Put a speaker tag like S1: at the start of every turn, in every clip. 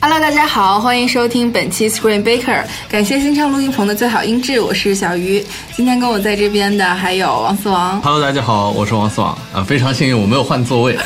S1: Hello，大家好，欢迎收听本期 Screen Baker，感谢新昌录音棚的最好音质，我是小鱼。今天跟我在这边的还有王思 王，
S2: Hello，大家好，我是王思王啊，非常幸运我没有换座位，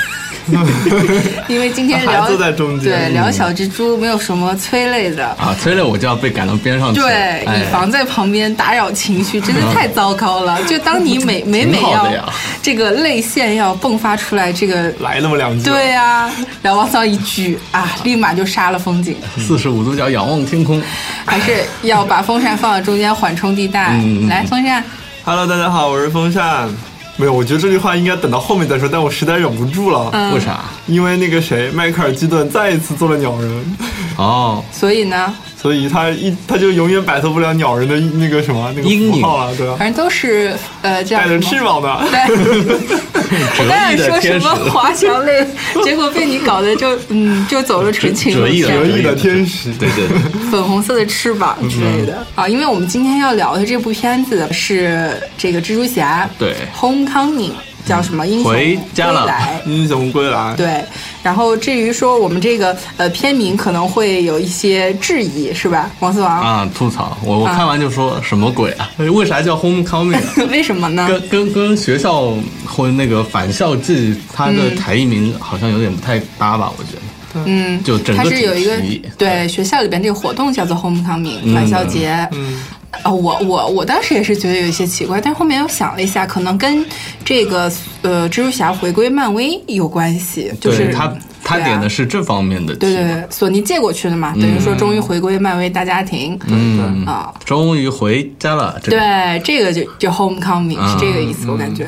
S1: 因为今天聊
S3: 还坐在中间
S1: 对，聊小蜘蛛没有什么催泪的，
S2: 啊，催了我就要被赶到边上去，
S1: 对，
S2: 哎
S1: 以防在旁边打扰情绪，真的太糟糕 了。就当你每每每
S2: 挺好
S1: 要
S2: 的呀
S1: 这个泪腺要迸发出来，这 个
S3: 来那么两句，
S2: 啊
S1: 对呀、然后王嫂一举啊，立马就杀了风景，
S2: 四十五度角仰望天空，
S1: 还是要把风扇放在中间缓冲地带。
S2: 嗯嗯嗯
S1: 来，风扇，
S3: Hello，大家好，我是风扇。没有，我觉得这句话应该等到后面再说，但我实在忍不住了，
S1: 嗯
S2: 为啥？
S3: 因为那个谁，迈克尔基顿再一次做了鸟人，
S2: 哦，
S1: 所以呢，
S3: 所以他一他就永远摆脱不了鸟人的那个什么那个
S2: 阴影
S3: 符号啊了，对吧？
S1: 反正都是呃这样
S3: 带着
S1: 什
S3: 翅
S1: 么
S3: 膀的，
S1: 对， 我
S2: 折
S1: 刚想
S2: 翼的
S1: 说什
S2: 天使，
S1: 么华侨类，结果被你搞得就嗯就走了纯情
S2: 折
S1: 路
S2: 翼嗯的
S1: 线
S3: 折翼的天使，
S2: 对对，对
S1: 粉红色的翅膀之类的、啊，因为我们今天要聊的这部片子是这个蜘蛛侠，
S2: 对嗯
S1: ，Homecoming 叫什么英雄
S2: 回家了
S1: 归来
S3: 英雄归来，
S1: 对，然后至于说我们这个呃片名可能会有一些质疑，是吧，王思王？
S2: 啊，吐槽我我
S1: 啊
S2: 看完就说什么鬼啊？为啥叫 homecoming 啊？
S1: 为什么 呢？
S2: 跟跟跟学校或那个返校季，它的台译名好像有点不太搭吧？我觉得，
S1: 嗯，
S2: 就整个
S1: 它是有一个
S2: 主题
S1: 对学校里边这个活动叫做 homecoming 返校节，
S3: 嗯，
S1: 啊，我我我当时也是觉得有一些奇怪，但是后面又想了一下，可能跟这个呃蜘蛛侠回归漫威有关系，就是
S2: 对他他
S1: 对啊
S2: 点的是这方面的
S1: 对
S2: 题
S1: 对
S2: 嘛，
S1: 对，索尼借过去的嘛，等于说终于回归漫威大家庭，
S2: 嗯，
S1: 啊，
S2: 终于回家了，这个
S1: 对，这个就就 homecoming 是这个意思，我感觉。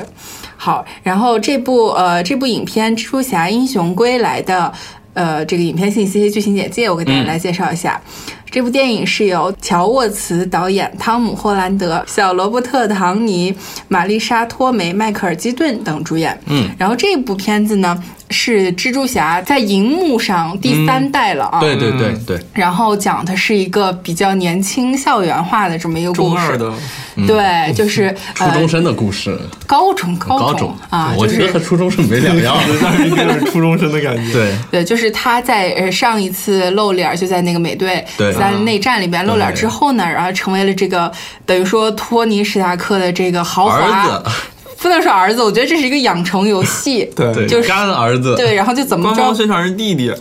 S1: 好，然后这部呃这部影片《蜘蛛侠：英雄归来》的呃这个影片信息、剧情简介，我给大家来介绍一下。这部电影是由乔沃茨导演，汤姆·霍兰德、小罗伯特·唐尼、玛丽莎·托梅、迈克尔·基顿等主演。
S2: 嗯，
S1: 然后这部片子呢是蜘蛛侠在荧幕上第三代了啊。
S2: 嗯对对对对，
S1: 然后讲的是一个比较年轻校园化的这么一个故事，
S3: 中二的，
S1: 对，就是
S2: 嗯初中
S1: 呃、
S2: 生的故事，
S1: 高中高中
S2: 高中嗯
S1: 啊，
S2: 我
S1: 就
S2: 觉得和
S1: 是。
S2: 初中生没两样。
S3: 但是就是初中生的感觉，，
S2: 对，
S1: 对，就是他在呃上一次露脸儿就在那个美队
S2: 对嗯
S1: 三内战里边露脸儿之后呢，然后成为了这个等于说托尼史塔克的这个豪
S2: 儿
S1: 华，
S2: 子，
S1: 不能说儿子，我觉得这是一个养成游戏
S3: 对
S2: 对，
S1: 就是
S2: 干儿子，
S1: 对，然后就怎么
S3: 官方
S1: 着，
S3: 宣传是弟弟，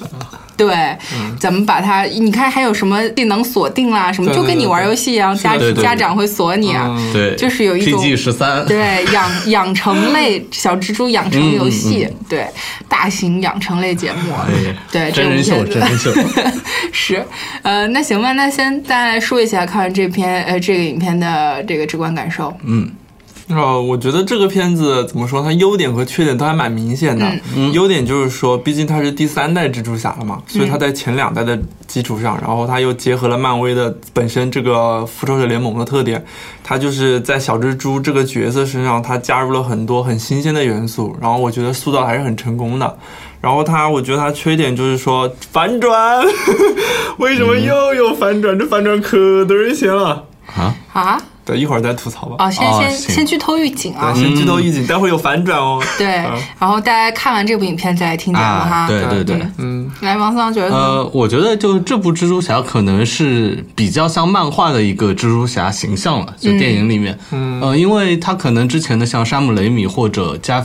S1: 对，
S2: 嗯
S1: 怎么把他，你看还有什么技能锁定啦，什么
S3: 对
S1: 就
S3: 对
S1: 跟你
S3: 对
S1: 玩游戏一样，家
S2: 对对对
S1: 家长会锁你啊，
S3: 嗯
S2: 对，
S1: 就是有一种
S2: PG 十三， 啊
S1: 对，养养成类小蜘蛛养成游戏，对，大型养成类节目，
S2: 嗯哎
S1: 对，这
S2: 真
S1: 种
S2: 人秀，
S1: 片子
S2: 真人秀，
S1: 是，呃，那行吧，那先大家来说一下看完这篇呃这个影片的这个直观感受，
S2: 嗯，
S3: 哦，我觉得这个片子怎么说，它优点和缺点都还蛮明显的。优点就是说，毕竟它是第三代蜘蛛侠了嘛，所以它在前两代的基础上，然后它又结合了漫威的本身这个复仇者联盟的特点，它就是在小蜘蛛这个角色身上，它加入了很多很新鲜的元素，然后我觉得塑造还是很成功的。然后它，我觉得它缺点就是说反转，为什么又有反转？这反转可得人嫌了。
S2: 啊，
S1: 啊，
S3: 对，一会儿再吐槽吧。
S1: 哦，先
S2: 哦
S1: 先
S2: 行
S1: 先剧透预警啊
S3: 对，，先剧透预警，待会儿有反转哦。
S1: 对，然后大家看完这部影片再来听节目哈，
S2: 嗯啊，对对对。
S3: 嗯，
S1: 来，王思王觉得呢，
S2: 呃，我觉得就这部蜘蛛侠可能是比较像漫画的一个蜘蛛侠形象了，就电影里面，嗯，呃，因为他可能之前的像山姆雷米或者加，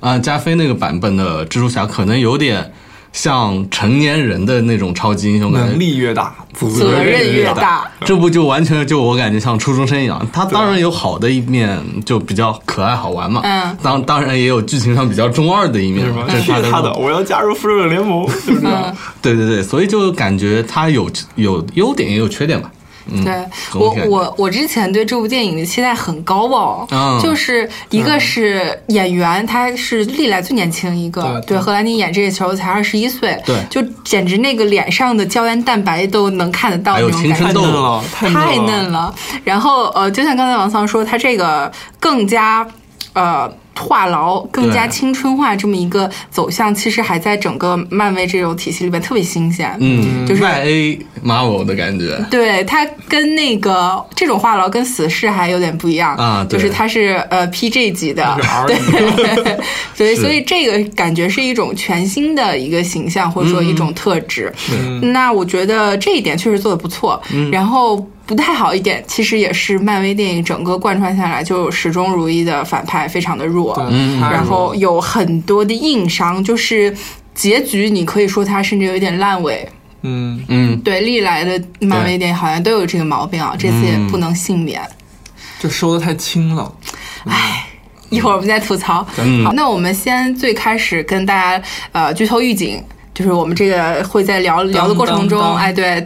S2: 啊、加菲那个版本的蜘蛛侠，可能有点像成年人的那种超级英雄感觉
S3: 能。力越大，责
S1: 责任越
S3: 大。
S1: 大，
S2: 这部就完全就我感觉像初中生一样，他当然有好的一面，就比较可爱好玩嘛。
S1: 嗯
S2: 当当然也有剧情上比较中二的一面
S3: 是吧，
S2: 这是
S3: 去
S2: 他的
S3: 他
S2: 路
S3: 的，我要加入复仇者联盟，就是这样。
S2: 对对对，所以就感觉他有有优点也有缺点吧。嗯，
S1: 对
S2: 总
S1: 我
S2: 体来，
S1: 我我之前对这部电影的期待很高哦，
S2: 嗯
S1: 就是一个是演员，他是历来最年轻一个，
S3: 对对
S1: 荷兰弟演这个球才二十一岁，
S2: 对
S1: 就简直那个脸上的胶原蛋白都能看得到
S2: 还
S1: 那
S2: 有
S1: 种
S2: 青
S1: 感
S3: 太
S2: 春
S1: 觉。
S2: 痘
S3: 嫩了，太
S1: 嗯太
S3: 嫩
S1: 嫩了，然后呃，就像刚才王桑说，他这个更加呃话痨、更加青春化这么一个走向，其实还在整个漫威这种体系里面特别新鲜。
S2: 嗯，
S1: 就是
S2: 卖 A Marvel 的感觉。
S1: 对它跟那个这种话痨跟死侍还有点不一样
S2: 啊对
S1: 就是它是呃 PG 级的，
S3: 是 R
S1: 对，所以
S2: 是
S1: 所以这个感觉是一种全新的一个形象或者说一种特质。嗯那我觉得这一点确实做的不错，然后。不太好一点，其实也是漫威电影整个贯穿下来就始终如一的反派非常的弱，
S3: 对，嗯太
S1: 然
S3: 弱
S1: 后
S3: 了
S1: 有很多的硬伤，就是结局你可以说它甚至有一点烂尾。
S3: 嗯，
S2: 嗯，
S1: 对，历来的漫威电影好像都有这个毛病啊，这次也不能幸免。
S3: 就收的太轻了，
S1: 一会儿我们再吐槽。
S2: 嗯
S1: 好，那我们先最开始跟大家呃剧透预警，就是我们这个会在聊聊的过程中，
S3: 当当
S1: 哎，对。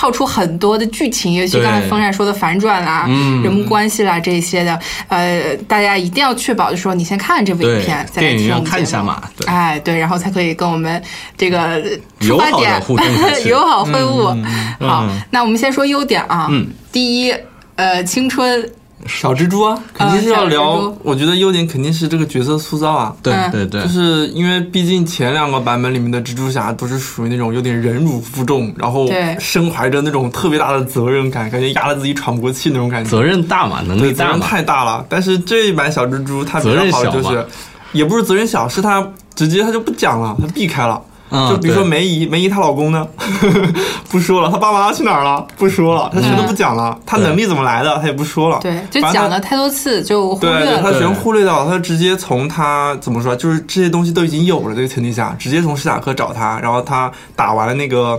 S1: 套出很多的剧情，尤其
S2: 对
S1: 刚才风扇说的反转啦、
S2: 嗯
S1: 人物关系啦这一些的，呃，大家一定要确保，就说你先看这部影
S2: 对
S1: 片，，再来
S2: 电影
S1: 听我
S2: 院
S1: 们节
S2: 看一
S1: 目
S2: 下嘛，对，
S1: 哎，对，然后才可以跟我们这个出
S2: 友
S1: 发
S2: 好
S1: 点
S2: 地互动下去
S1: 友好会晤。好，
S2: 嗯
S1: 那我们先说优点啊。
S2: 嗯，
S1: 第一，呃，青春，
S3: 小蜘蛛啊，肯定是
S1: 嗯小
S3: 要
S1: 蜘
S3: 聊
S1: 蛛。
S3: 我觉得优点肯定是这个角色塑造啊，
S1: 嗯
S2: 对对对
S3: 就，是因为毕竟前两个版本里面的蜘蛛侠都是属于那种有点忍辱负重，然后
S1: 对
S3: 身怀着那种特别大的责任感，感觉压得自己喘不过气那种感觉。
S2: 责任大嘛，能
S3: 对
S2: 力
S3: 责
S2: 大
S3: 任
S2: 嘛，啊
S3: 太大了。但是这一版小蜘蛛它比较好的
S2: 责任
S3: 就
S2: 小
S3: 是，也不是责任小，是他直接他就不讲了，他避开了。
S2: 嗯
S3: 就比如说
S2: 对
S3: 梅姨，梅姨她老公呢， 不说了，她爸妈去哪儿了，不说了，
S2: 嗯
S3: 她全都不讲了，她
S2: 对
S3: 能力怎么来的，她也不说了，
S1: 对，就
S3: 反正她
S1: 讲了太多次，就忽
S3: 对
S1: 略
S3: 对，他
S1: 了。
S3: 全忽略掉了，他直接从他怎么说，就是这些东西都已经有了这个前提下，直接从史塔克找他，然后他打完了那个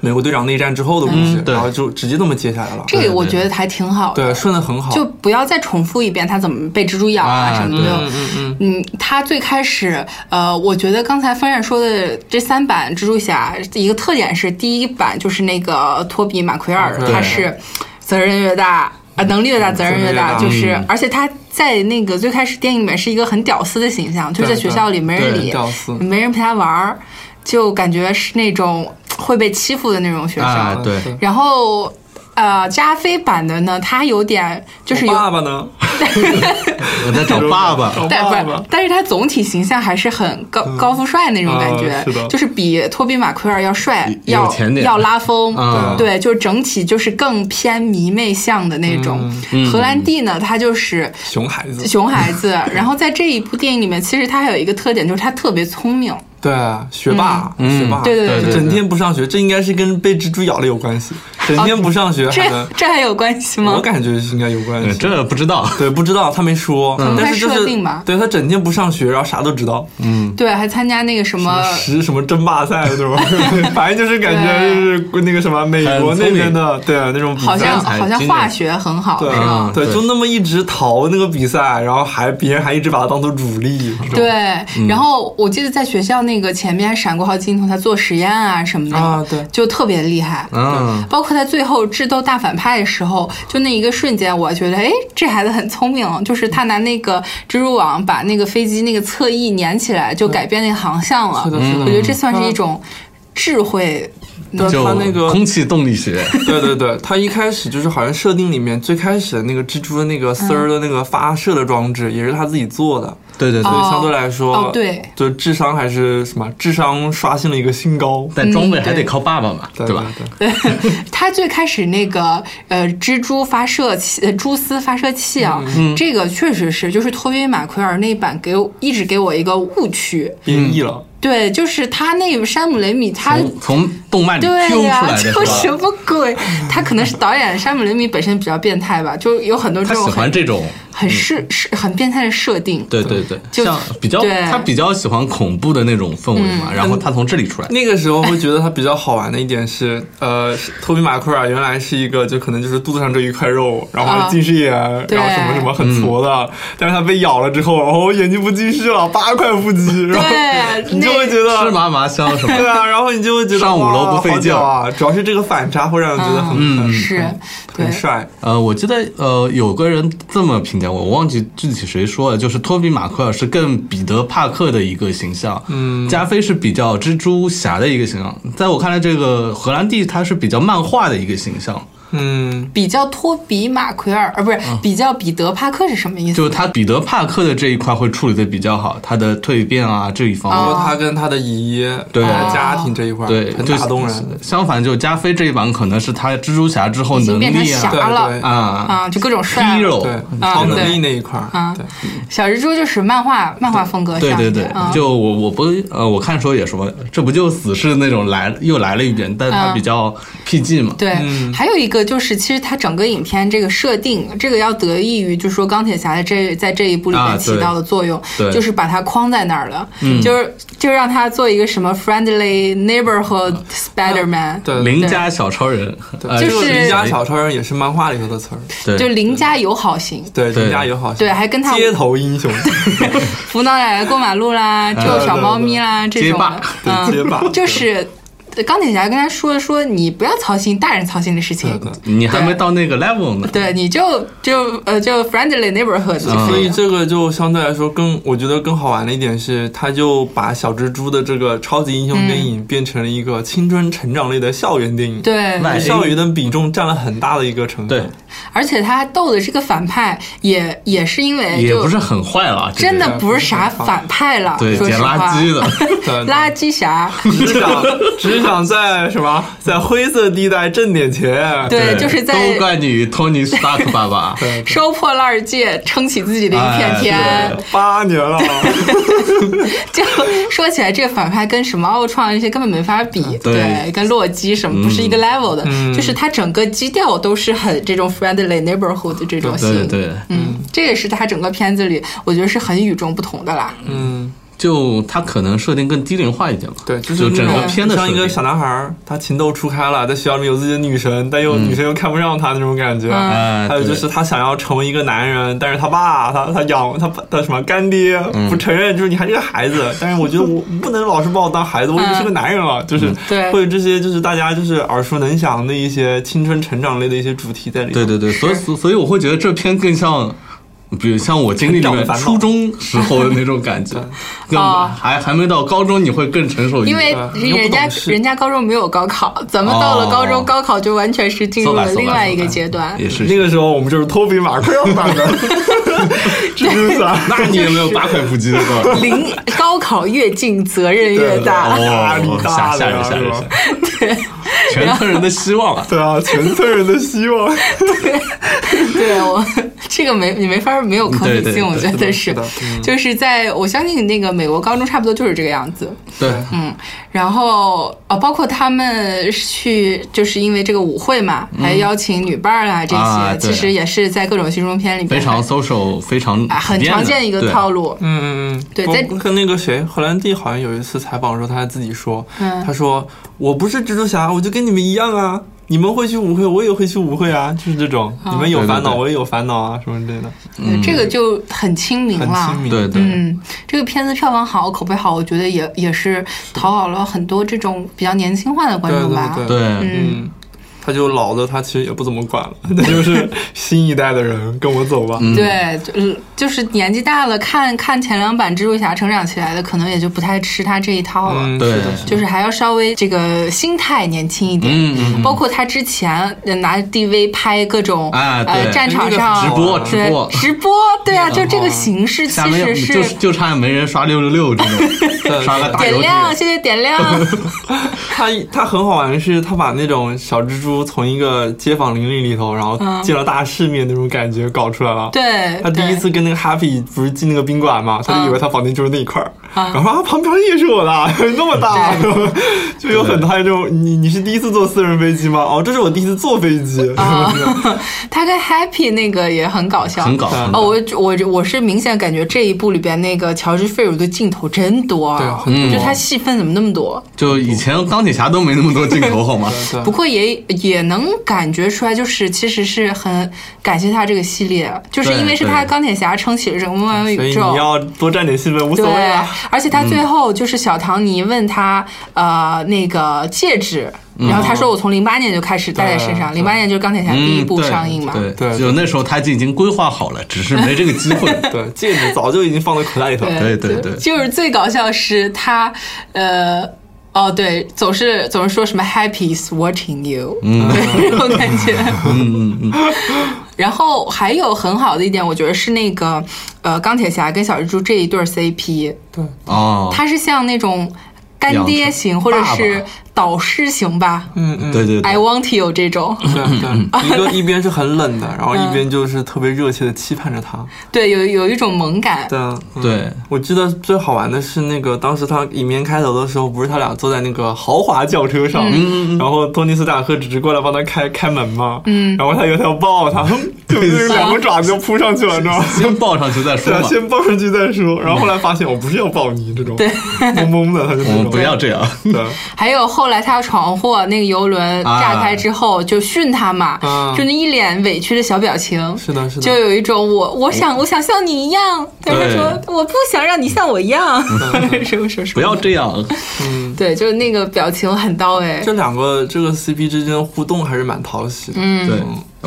S3: 美国队长内战之后的故事，
S2: 嗯对
S3: 然后就直接这么接下来了。
S1: 这
S2: 对
S1: 个我
S2: 对
S1: 觉得还挺好的，
S3: 对，顺的很好。
S1: 就不要再重复一遍他怎么被蜘蛛咬啊
S2: 啊
S1: 什么
S2: 对
S1: 的。
S3: 嗯嗯嗯，
S1: 嗯，他最开始，呃，我觉得刚才风扇说的这三版蜘蛛侠，一个特点是第一版就是那个托比马奎尔，
S3: 对
S1: 他是责任越大。啊，能力越大，责任越大，
S3: 责任越大
S1: 就是，而且他在那个最开始电影里面是一个很屌丝的形象，就
S3: 对
S1: 在学校里没人
S2: 对
S1: 理，
S3: 屌丝。
S1: 没人陪他玩儿，就感觉是那种会被欺负的那种学生。
S2: 啊，对，
S1: 然后，呃，加菲版的呢，他有点就是
S3: 我
S1: 有
S3: 爸爸呢？
S2: 我在 找爸爸，
S3: 找
S1: 但
S3: 爸
S1: 不是
S3: 爸，。
S1: 但是他总体形象还是很高、高富帅那种感觉，
S3: 啊是的
S1: 就是比托比马奎尔要帅，
S2: 有
S1: 要
S2: 钱点
S1: 要拉风，
S3: 啊
S2: 嗯
S1: 对，就是整体就是更偏迷妹向的那种。
S3: 嗯
S1: 荷兰弟呢，他就是。
S3: 熊孩子。
S1: 熊孩 子，然后在这一部电影里面，其实他还有一个特点，就是他特别聪明。
S3: 对，啊学霸，
S2: 嗯
S3: 学霸，
S1: 对对对
S2: 对对
S3: 整天不上学，这应该是跟被蜘蛛咬了有关系。整天不上 学
S1: 这
S3: 还能，
S1: 这还有关系
S3: 我
S1: 吗？
S3: 感觉是应该有关
S2: 嗯
S3: 系。
S2: 这嗯不知道，
S3: 对，不知道他没说，但是就
S1: 他设
S3: 是
S1: 定呃吧
S3: 对他整天不上学，然后啥都知道，
S1: 对，还参加那个什么
S3: 十什么争霸赛对 吧？反正就是感觉就是那个什么美国那边的对那种比
S1: 好
S3: 赛
S1: 像
S2: 三。才
S1: 好像
S2: 今年
S1: 化学很好，
S3: 对
S1: 是吧？
S2: 吧
S3: 对，
S2: 嗯对
S3: 就那么一直逃那个比赛，然后还别人还一直把他当做主力，这种嗯
S1: 对，然后我记得在学校那个前面闪过好几镜头，他做实验啊什么的，
S3: 啊对
S1: 就特别厉害。
S2: 嗯，
S1: 包括他最后智斗大反派的时候，就那一个瞬间，我觉得，哎，这孩子很聪明。就是他拿那个蜘蛛网把那个飞机那个侧翼粘起来，就改变那个航向了。
S3: 是的，是的，
S1: 我觉得这算是一种智慧。
S3: 对
S2: 就
S3: 他那个
S2: 空气动力学，
S3: 对对对，他一开始就是好像设定里面最开始的那个蜘蛛的那个丝儿的那个发射的装置，也是他自己做的，
S2: 对对对，
S3: 所以
S1: 哦
S3: 相对来
S1: 哦
S3: 说，
S1: 对，
S3: 就智商还是什么，智商刷新了一个新高，
S2: 但装备
S1: 嗯
S2: 还
S1: 对
S2: 得靠爸爸嘛，
S3: 对
S2: 吧？？
S3: 对
S1: 对，他最开始那个呃蜘蛛发射器、呃蛛丝发射器啊，
S2: 嗯
S1: 这个确实是就是托比马奎尔那一版给我一直给我一个误区，
S3: 变异了。
S1: 对，就是他那个山姆雷米他。
S2: 从从动漫里
S1: 对
S2: Q 出
S1: 呀、
S2: 来的嗯
S1: 就是什
S2: 吧？
S1: 么鬼？他可能是导演山姆雷米本身比较变态吧，就有很多这
S2: 他
S1: 种
S2: 喜欢
S1: 很
S2: 这种，嗯
S1: 很设是很变态的设定。
S2: 对对对，
S1: 就
S2: 像比较
S1: 对嗯
S2: 他比较喜欢恐怖的那种氛围嘛，然后他从这里出来，
S3: 那个时候会觉得他比较好玩的一点是，呃，是托比马奎尔原来是一个就可能就是肚子上这一块肉，然后还近视眼，
S1: 对
S3: 然后什么什么很矬的，但是他被咬了之后，哦，眼睛不近视了，八块腹肌，然后
S1: 对，
S3: 你就
S1: 那
S3: 会觉得
S2: 吃麻麻香 什么
S3: 对啊，然后你就会觉得
S2: 上五
S3: 哇
S2: 楼不费
S3: 好
S2: 劲
S3: 屌啊，主要是这个反差会让人觉得很、
S2: 嗯
S3: 很
S1: 是对
S3: 很帅，
S2: 呃，我记得呃，有个人这么评价我，我忘记具体谁说了，就是托比马奎尔是更彼得帕克的一个形象，嗯，加菲是比较蜘蛛侠的一个形象，在我看来，这个荷兰弟他是比较漫画的一个形象，
S3: 嗯
S1: 比较托比马奎尔，呃，不是
S2: 嗯
S1: 比较彼得帕克是什么意思？
S2: 就他彼得帕克的这一块会处理的比较好，他的蜕变啊这一方
S1: 哦
S2: 面。
S3: 包括他跟他的姨
S2: 对
S3: 他的家庭这一块儿，
S2: 对，
S3: 很
S2: 就
S3: 打动人。
S2: 相反，就加菲这一版可能是他蜘蛛侠之后
S1: 已经
S2: 能
S1: 变成
S2: 力
S1: 侠
S2: 啊
S1: 了
S3: 对对
S2: 啊
S1: 啊，就各种帅了。
S2: ，hero
S3: 对，
S1: 啊
S3: 超能
S1: 对
S3: 力那一块儿，
S1: 啊
S3: 对，
S1: 小蜘蛛就是漫画漫画风格
S2: 对
S1: 上
S2: 对
S1: 一
S2: 对
S1: 点，啊，
S2: 就我我不呃，我看的时候也说，这不就死侍那种来又来了一遍，但他
S1: 嗯
S2: 比较 PG 嘛，
S1: 对，还有一个就是，其实它整个影片这个设定，这个要得益于，就是说钢铁侠的这在这一部里
S2: 啊
S1: 面
S2: 对
S1: 起到的作用，
S2: 对嗯
S1: 就是把它框在那儿了，就是就让它做一个什么 friendly neighborhood
S2: 啊
S1: Spider-Man，、
S3: 对
S2: 邻家小超人，呃
S1: 就
S3: 这个
S1: 是
S3: 邻家小超人也是漫画里头的词儿，
S1: 就
S2: 对
S1: 邻家友好型，
S3: 对，
S2: 对
S3: 邻家友好，
S1: 对，还跟他
S3: 街头 英雄，
S1: 扶老奶奶过马路啦，
S2: 啊
S1: 救小猫咪啦，这种的，
S3: 对
S1: 嗯，
S3: 街霸
S1: 就是钢铁侠跟他说说，你不要操心大人操心的事情
S3: 对，的
S2: 你还没到那个 level 呢，
S1: 对，你就就呃就 friendly neighborhood 就
S2: 嗯
S1: 可
S3: 所
S1: 以
S3: 以
S1: 了。
S3: 这个就相对来说更，我觉得更好玩的一点是，他就把小蜘蛛的这个超级英雄电影变成了一个青春成长类的校园电影，，
S1: 对，
S2: 那
S3: 校园的比重占了很大的一个成
S2: 哎对
S3: 分，，
S1: 而且他斗的这个反派也也是因为
S2: 也
S1: 哎就
S2: 不是很坏了，这个
S1: 真的
S3: 人
S1: 不是啥
S3: 不是很
S1: 反派了，
S2: 对
S1: 说
S2: 捡
S1: 实
S2: 垃
S1: 话，
S2: 圾的，
S3: 对，
S1: 垃圾侠，
S3: 只是想只是想在什么，在灰色地带挣点钱，
S1: 对，就是在
S2: 都怪你托尼·斯塔克 爸爸，
S1: 收破烂儿界撑起自己的一片天。
S2: 哎对
S3: 八年了，
S1: 就说起来，这个反派跟什么奥创这些根本没法比，
S2: 嗯对
S1: 跟洛基什么不是一个 level 的，
S3: 嗯
S1: 就是他整个基调都是很这种 friendly neighborhood 的这种性，
S2: 对对。
S1: 嗯，这也是他整个片子里我觉得是很与众不同的啦，
S3: 嗯，
S2: 就他可能设定更低龄化一点吧，
S3: 对，就
S2: 就
S3: 是
S2: 整
S3: 那
S2: 个
S3: 种
S2: 片的
S3: 像一
S2: 设
S3: 个
S2: 定
S3: 小男孩儿，他情窦初开了，在学校里面有自己的女神，但又、女神又看不上他那种感觉。
S1: 嗯
S2: 哎
S3: 还有就
S2: 对
S3: 是他想要成为一个男人，但是他爸他他养他他什么干爹不承
S1: 嗯
S3: 认，就是你还是个孩子。但是我觉得我不能老是把我当孩子，我已经是个男人了，就是
S1: 嗯对
S3: 会有这些就是大家就是耳熟能详的一些青春成长类的一些主题在里面。
S2: 对对对，所以所以我会觉得这篇更像，比如像我经历里
S3: 成长的
S2: 面
S3: 烦恼
S2: 初中时候的那种 感觉，更
S1: 哦
S2: 还还没到高中你会更成熟一
S1: 因
S2: 点。
S1: 为
S3: 对又不
S1: 人家
S3: 懂事
S1: 人家高中没有高考，咱们到了高中、
S2: 哦
S1: 高考就完全是进入了另外一个阶段。
S2: 也是
S3: 那，个时候我们就是托比马奎尔版的 蜘蛛侠，
S2: 那你有没有八块腹肌的高？
S1: 零高考越近，责任越大。
S3: 压力
S2: 哦，吓
S3: 大
S2: 吓
S3: 的
S2: 人
S3: 呀
S2: 吓人
S3: 是
S2: 吓
S3: 吧
S2: 人！全村人的希望 啊！
S3: 对啊，全村人的希望。
S1: 对我这个没你没法儿没有可比
S2: 对对
S1: 性，我觉得是
S3: 是的，
S1: 就是在我相信那个美国高中差不多就是这个样子。
S2: 对，
S1: 嗯，然后呃，包括他们去，就是因为这个舞会嘛，还邀请女伴儿啊这些，
S2: 啊对
S1: 其实也是在各种新中片里面
S2: 非常 social，非常
S1: 啊很常见一个套
S2: 路。
S1: 路。
S3: 嗯嗯嗯，
S1: 对
S3: 包
S1: 在
S3: 跟那个谁，荷兰弟好像有一次采访的时候，他还自己说，
S1: 嗯
S3: 他说我不是蜘蛛侠，我就跟你们一样啊，你们会去舞会，我也会去舞会啊，就是这种，
S1: 哦
S3: 你们有
S2: 对对
S3: 烦恼，
S2: 对
S3: 我也有烦恼啊，什么之类的，
S1: 嗯，这个就很亲民
S3: 很
S1: 了
S3: 亲。民。
S2: 对对，
S1: 嗯，这个片子票房好，口碑好，我觉得也也是讨好了很多这种比较年轻化的观
S3: 对
S1: 众吧。
S3: 对
S2: 对，
S3: 嗯。他就老的，他其实也不怎么管了， 他就是新一代的人，跟我走吧。嗯，
S1: 对，就嗯就是年纪大了，看看前两版蜘蛛侠成长起来的，可能也就不太吃他这一套了。
S3: 是
S2: 对
S3: 的，是的
S1: 嗯就是还要稍微这个心态年轻一点，
S2: 嗯嗯嗯
S1: 包括他之前呃拿 DV 拍各种、
S2: 啊
S1: 呃
S2: 对
S1: 战场
S3: 那个
S1: 上
S2: 直播
S1: 对
S2: 直播哦
S1: 直播，对啊，就这个形式
S2: 下
S1: 其
S2: 面
S1: 实
S2: 就是就差没人刷六六六这 种，刷个大
S1: 点
S2: 游记。
S1: 亮，谢谢点亮，
S3: 他他很好玩的是，他把那种小蜘蛛从一个街坊邻里里头，然后见了大世面那种感觉搞出来了。
S1: 嗯对，
S3: 他第一
S1: 对嗯
S3: 次跟那个 Happy 不是进那个宾馆嘛，他就以为他房间就是那一块儿，
S1: 啊
S3: 然后啊旁边也是我的， 那么大， 就有很多这种你你是第一次坐私人飞机吗？哦，这是我第一次坐飞机，
S1: 啊 他跟 Happy 那个也很搞笑，
S2: 很搞很搞
S1: 哦，我我我是明显感觉这一部里边那个乔治·费尔的镜头真多啊，
S3: 对很
S2: 多
S1: 就他戏份怎么那么多？
S2: 就以前钢铁侠都没那么多镜头，好吗？
S3: 对
S1: 不过也也能感觉出来，就是其实是很感谢他这个系列，啊就是因为是他
S2: 对
S1: 钢铁侠撑起了整个漫威
S3: 所以
S1: 宇
S3: 你
S1: 宙。
S3: 要多占点戏份无
S1: 对
S3: 所谓啊。，
S1: 而且他最后就是小唐尼问他，呃，那个戒指，
S3: 嗯
S1: 然后他说我从零八年就开始戴在身上，零八年就是钢铁侠第一
S2: 嗯，
S1: 部
S2: 对
S1: 上映嘛，
S2: 对
S3: 对
S2: 就那时候他就已经规划好了，只是没这个机 会。
S3: 对，戒指早就已经放在口袋里头了。
S2: 对对对
S1: 就是最搞笑是他，呃。哦，对，总是总是说什么 “Happy is watching you”，嗯， 对，这种感觉。嗯嗯嗯。 然后还有很好的一点，我觉得是那个呃钢铁侠跟小蜘蛛这一对儿 CP，
S3: 对，
S2: 哦，
S1: 他是像那种干爹型或者
S2: 爸
S1: 是
S2: 爸
S1: 导师型吧
S3: 嗯嗯，
S2: 对对
S1: ，I
S2: 对，
S1: want you 这种。
S3: 对对，一个一边是很冷的，然后一
S1: 嗯
S3: 边就是特别热切的期盼着他。
S1: 对，有有一种萌感。
S3: 对啊，嗯
S2: 对，
S3: 我记得最好玩的是那个，当时他影片开头的时候，不是他俩坐在那个豪华轿车上，然后托尼斯塔克只是过来帮他开开门嘛，嗯，然后他以为他要抱他，就就是两个爪子就扑上去了，你知道吗？
S2: 先抱上去再
S3: 对
S2: 说
S3: 啊，
S2: 嘛，
S3: 先抱上去再说，然后后来发现我不是要抱你这种，
S1: 对，
S3: 懵懵的，他就
S2: 我
S3: 那
S2: 们嗯
S3: 种
S2: 不要这样。
S3: 对，
S1: 还有后来他要闯祸，那个游轮
S2: 啊
S1: 炸开之后就训他嘛，
S3: 啊
S1: 就那一脸委屈的小表情，
S3: 是的，是
S1: 就
S3: 的，
S1: 有一种我我想我想像你一样，但是说我不想让你像我一样， 什么什么什么，
S2: 嗯不要这样，
S3: 嗯，
S1: 对，就是那个表情很到位。
S3: 这两个这个 CP 之间的互动还是蛮讨喜的，
S2: 对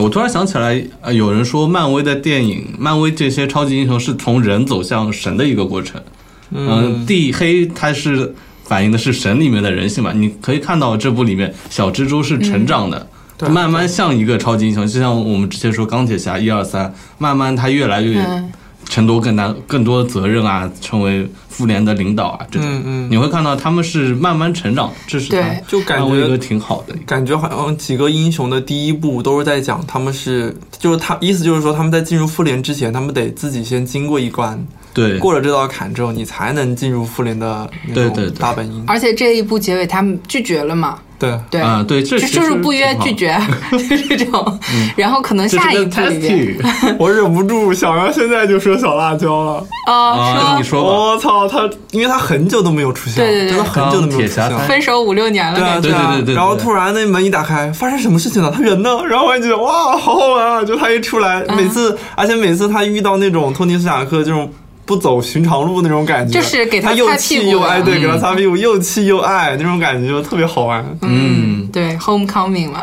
S2: 我突然想起来，呃，有人说漫威的电影，漫威这些超级英雄是从人走向神的一个过程。嗯，地黑它是反映的是神里面的人性嘛，你可以看到这部里面小蜘蛛是成长的。
S3: 嗯对
S2: 慢慢像一个超级英雄，就像我们之前说钢铁侠一二三，慢慢他越来越
S1: 嗯
S2: 承多更难更多责任啊，成为复联的领导啊，这种、
S3: 嗯嗯
S2: 你会看到他们是慢慢成长，这是
S1: 对
S2: 他
S3: 就感
S2: 漫威一
S3: 觉
S2: 个挺好的一个
S3: 感觉好像几个英雄的第一部都是在讲他们是，就是他意思就是说他们在进入复联之前，他们得自己先经过一关，
S2: 对
S3: 过了这道坎之后，你才能进入复联的那
S2: 对对
S3: 种
S2: 对
S3: 大本营。
S1: 而且这一部结尾他们拒绝了嘛，
S3: 对，
S1: 对，
S2: 啊、对，这
S1: 就
S2: 其实
S1: 就是不约
S2: 挺好嗯
S1: 拒绝， 就是这种。然后可能
S2: 这
S1: 下一
S2: 是个
S1: 部里面
S2: test
S3: 我忍不住想要现在就说小辣椒了。
S1: 啊，
S2: 啊，你
S1: 说
S2: 说吧，
S3: 我操，他因为他很久都没有出现了，
S1: 对对对
S3: 真的很久都没有出现
S2: 钢铁侠
S3: 了。
S1: 分手五六年了，
S3: 对啊
S1: 感觉
S2: 对
S3: 啊，
S2: 对对对对
S3: 然后突然那门一打开，发生什么事情了？他人呢？ 然后我还觉得哇，好好玩啊！就他一出来，每次，
S1: 啊
S3: 而且每次他遇到那种托尼斯塔克这种。不走寻常路那种感觉，
S1: 就是给他
S3: 他又
S1: 擦屁
S3: 气
S1: 股
S3: 又
S1: 的
S3: 爱，对，给他擦屁股，又气又爱那种感觉，就特别好玩。
S1: 嗯，对，Homecoming 嘛，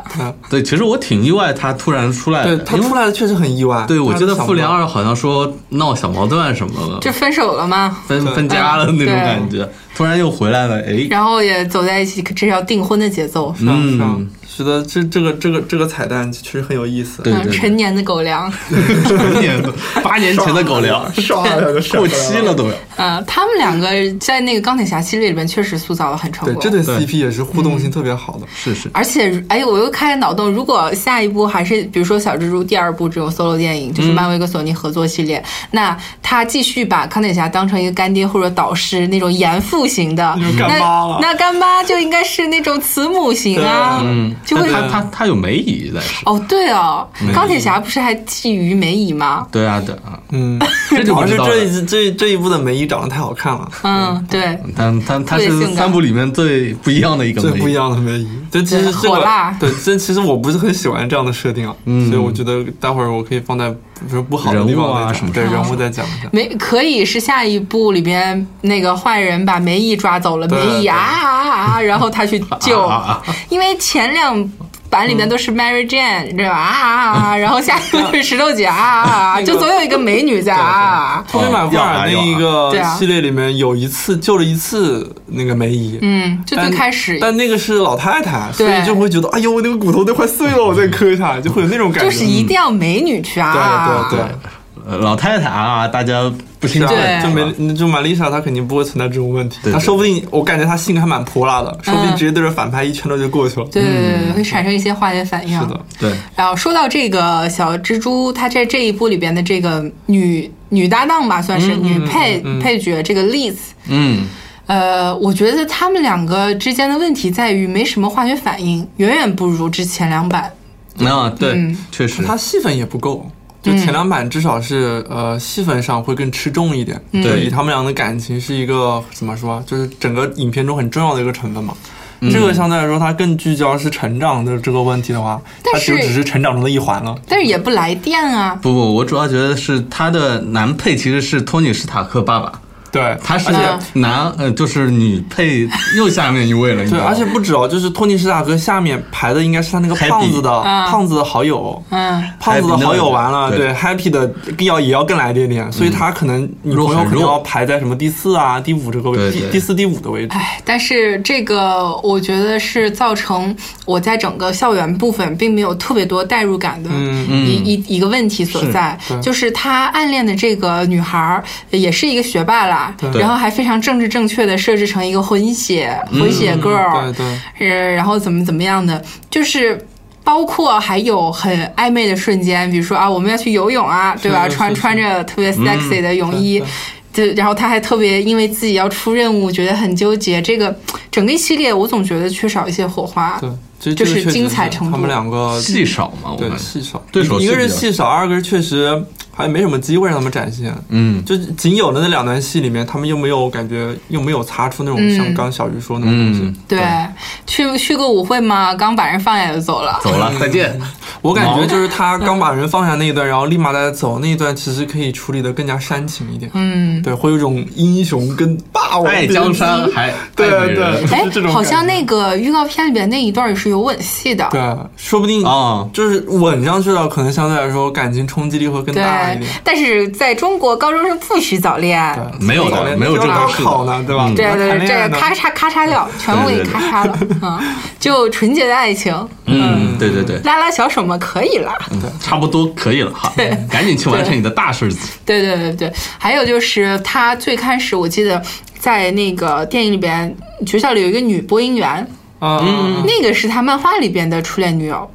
S2: 对，其实我挺意外他突然出来
S3: 对
S2: 的，
S3: 他
S2: 因为
S3: 出来的确实很意外。
S2: 对我记得复联
S3: 梁，
S2: 二好像说闹小矛盾什么
S1: 就
S2: 的，
S1: 分手了嘛，
S2: 分
S3: 对
S2: 分家了那种
S1: 对
S2: 感觉，突然又回来了，哎，
S1: 然后也走在一起，这要订婚的节奏，
S3: 是啊是啊
S2: 嗯，
S3: 是的，这这个这个这个彩蛋确实很有意思。
S2: 对
S1: 嗯，陈年的狗粮，
S2: 成年的八年
S1: 啊
S2: 前的狗粮，
S3: 刷一下就闪
S2: 过
S3: 回来
S2: 期了。都要。
S1: 呃，他们两个在那个钢铁侠系列里面确实塑造的很成
S3: 对，
S1: 功。
S3: 这对
S2: 对
S3: CP 也是互动性特别好的。
S2: 是是，
S1: 而且，哎，我又开了脑洞，如果下一部还是比如说小蜘蛛第二部这种
S3: 嗯
S1: solo 电影，就是漫威跟索尼合作系列，那他继续把钢铁侠当成一个干爹或者导师那种严父型的，
S3: 那种干妈了
S1: 那那干妈就应该是那种慈母型啊，
S3: 对
S2: 嗯，
S1: 就会
S2: 但他他他有梅姨在是，
S1: 哦，对哦
S2: 梅，姨
S1: 钢铁侠不是还觊觎梅姨吗？
S2: 对啊对 啊，
S3: 嗯，
S2: 这就
S3: 主
S2: 不
S3: 要
S2: 知
S3: 是
S2: 道
S3: 这
S2: 了。
S3: 一这这一部的梅姨长得太好看了，
S1: 嗯，对，
S2: 但他他
S1: 特别
S2: 是
S1: 性感
S2: 三部里面最不一样的一个
S3: 最
S2: 梅
S3: 不一
S2: 姨，
S3: 样的梅姨。这其
S1: 对
S3: 实这
S1: 火辣
S3: 个对，这其实我不是很喜欢这样的设定啊，所以我觉得待会儿我可以放在比如说不好的地
S2: 嗯人物啊
S3: 方再
S2: 什么哦
S3: 讲，对
S1: 什么
S3: 人物再讲一下。
S1: 梅可以是下一部里边那个坏人把梅姨抓走了，
S3: 对
S1: 梅姨
S3: 对
S1: 啊啊啊啊，然后 他去救
S2: 啊，
S1: 因为前两版里面都是 Mary
S3: 嗯
S1: Jane 对吧啊啊啊 啊，然后下一部是石头姐啊啊啊，就总有一个美女在啊啊啊，
S3: 托比马奎尔那一
S1: 啊
S3: 个
S1: 对啊
S3: 系列里面有一次救了一次那个梅姨，
S1: 嗯，就最
S3: 但
S1: 开始
S3: 但那个是老太太，所
S1: 对
S3: 以就会觉得哎呦那个骨头都快碎了，我再磕一下，就会有那种感觉。
S1: 就是一定要美女去
S2: 嗯
S1: 啊啊，
S3: 对对
S1: 啊
S3: 对，
S2: 呃老太太啊，大家不清
S3: 是
S2: 楚，
S1: 对
S3: 啊，就没就玛丽莎，她肯定不会存在这种问题。
S2: 对
S3: 她说不定，我感觉她性格还蛮泼辣的，说不定
S1: 嗯
S3: 直接对着反派一拳头就过去了。
S1: 对对对，会产生一些化学反应。
S3: 嗯是的，
S2: 对。
S1: 然后说到这个小蜘蛛，她在这一部里边的这个女女搭档吧，算
S3: 嗯
S1: 是女配配角这个 Liz，
S2: 嗯，
S1: 呃，我觉得他们两个之间的问题在于没什么化学反应，远远不如之前两版。
S3: 嗯
S2: 啊，对，确实，
S3: 她戏份也不够，就
S1: 嗯
S3: 前两版至少是呃戏份上会更吃重一点。
S1: 嗯
S3: 就以他们俩的感情是一个怎么说，啊就是整个影片中很重要的一个成分嘛。
S2: 嗯
S3: 这个相对来说，它更聚焦是成长的这个问题的话，
S1: 但
S3: 它
S1: 是
S3: 就只是成长中的一环了。
S1: 但是也不来电啊。
S2: 不不，我主要觉得是他的男配其实是托尼·史塔克爸爸，
S3: 对，
S2: 他是
S3: 而且
S2: 男呃，就是女配右下面一位了，你知
S3: 对，
S2: 道吗
S3: 而且不止哦，就是托尼·史塔克下面排的应该是他那个
S2: Happy
S3: 胖子的
S1: 啊
S3: 胖子的好友，
S1: 嗯，
S3: 胖子的好友完了，
S2: Happy
S3: 对 Happy 的要也要更来一点点，所以他可能女朋
S2: 弱
S3: 友
S2: 嗯很
S3: 可能
S2: 弱
S3: 要排在什么第四啊、第五这个位
S2: 对
S3: 置，第
S2: 对
S3: 第四、第五的位置。
S1: 哎，但是这个我觉得是造成我在整个校园部分并没有特别多代入感的一、一一个问题所在，
S3: 嗯对
S1: 就是他暗恋的这个女孩儿也是一个学霸啦，
S3: 对嗯
S1: 然后还非常政治正确的设置成一个混血混血 girl，、
S3: 对对，
S1: 呃，然后怎么怎么样的，就是。包括还有很暧昧的瞬间，比如说啊，我们要去游泳啊，对吧？
S3: 是是
S1: 穿
S3: 是
S1: 穿着特别 sexy 的泳衣
S3: 嗯对，
S1: 对，然后他还特别因为自己要出任务，觉得很纠结。这个整个一系列，我总觉得缺少一些火花。
S3: 对，这
S1: 就
S3: 这个
S1: 是
S3: 确实
S1: 精彩程度
S3: 他们两个
S2: 戏呃少嘛，我
S3: 对
S2: 们
S3: 戏少，
S2: 对手
S3: 一
S2: 戏
S3: 个是
S2: 比较
S3: 戏少，二个是确实还没什么机会让他们展现。
S2: 嗯
S3: 就仅有的那两段戏里面，他们又没有感觉，又没有擦出那种
S1: 嗯
S3: 像刚小鱼说那种东西。
S2: 嗯，
S1: 对，去去个舞会嘛，刚把人放下就走了。
S2: 走了，再见。
S3: 我感觉
S2: 毛
S3: 就是他刚把人放下那一段，然后立马带他走那一段，其实可以处理的更加煽情一点。
S1: 嗯，
S3: 对，会有一种英雄跟霸王
S2: 爱
S3: 别
S2: 江
S3: 姬
S2: 山还
S3: 对
S2: 爱美
S3: 对
S2: 人
S1: 哎
S3: 是这种感觉，
S1: 好像那个预告片里边那一段也是有吻戏的。
S3: 对，说不定
S2: 啊，
S3: 就是吻上去了，可能相对来说感情冲击力会更
S1: 对
S3: 大一点。，
S1: 但是在中国高中生不许早恋。
S3: 对
S2: 没有的
S3: 早恋
S2: 没有这
S3: 高
S2: 种事的
S3: 考呢，对吧？
S2: 嗯
S1: 对对对，
S3: 谈恋
S1: 这
S3: 爱
S1: 个
S3: 呢
S1: 咔嚓咔嚓掉，全部给你
S2: 对对
S1: 咔嚓了，嗯，就纯洁的爱情，
S2: 嗯，对对对，
S1: 拉拉小手嘛，可以啦。
S2: 差不多可以了哈，赶紧去完成你的大事情。
S1: 对对对对，还有就是他最开始我记得在那个电影里边，学校里有一个女播音员，
S3: 啊，嗯
S1: 那个是他漫画里边的初恋女友，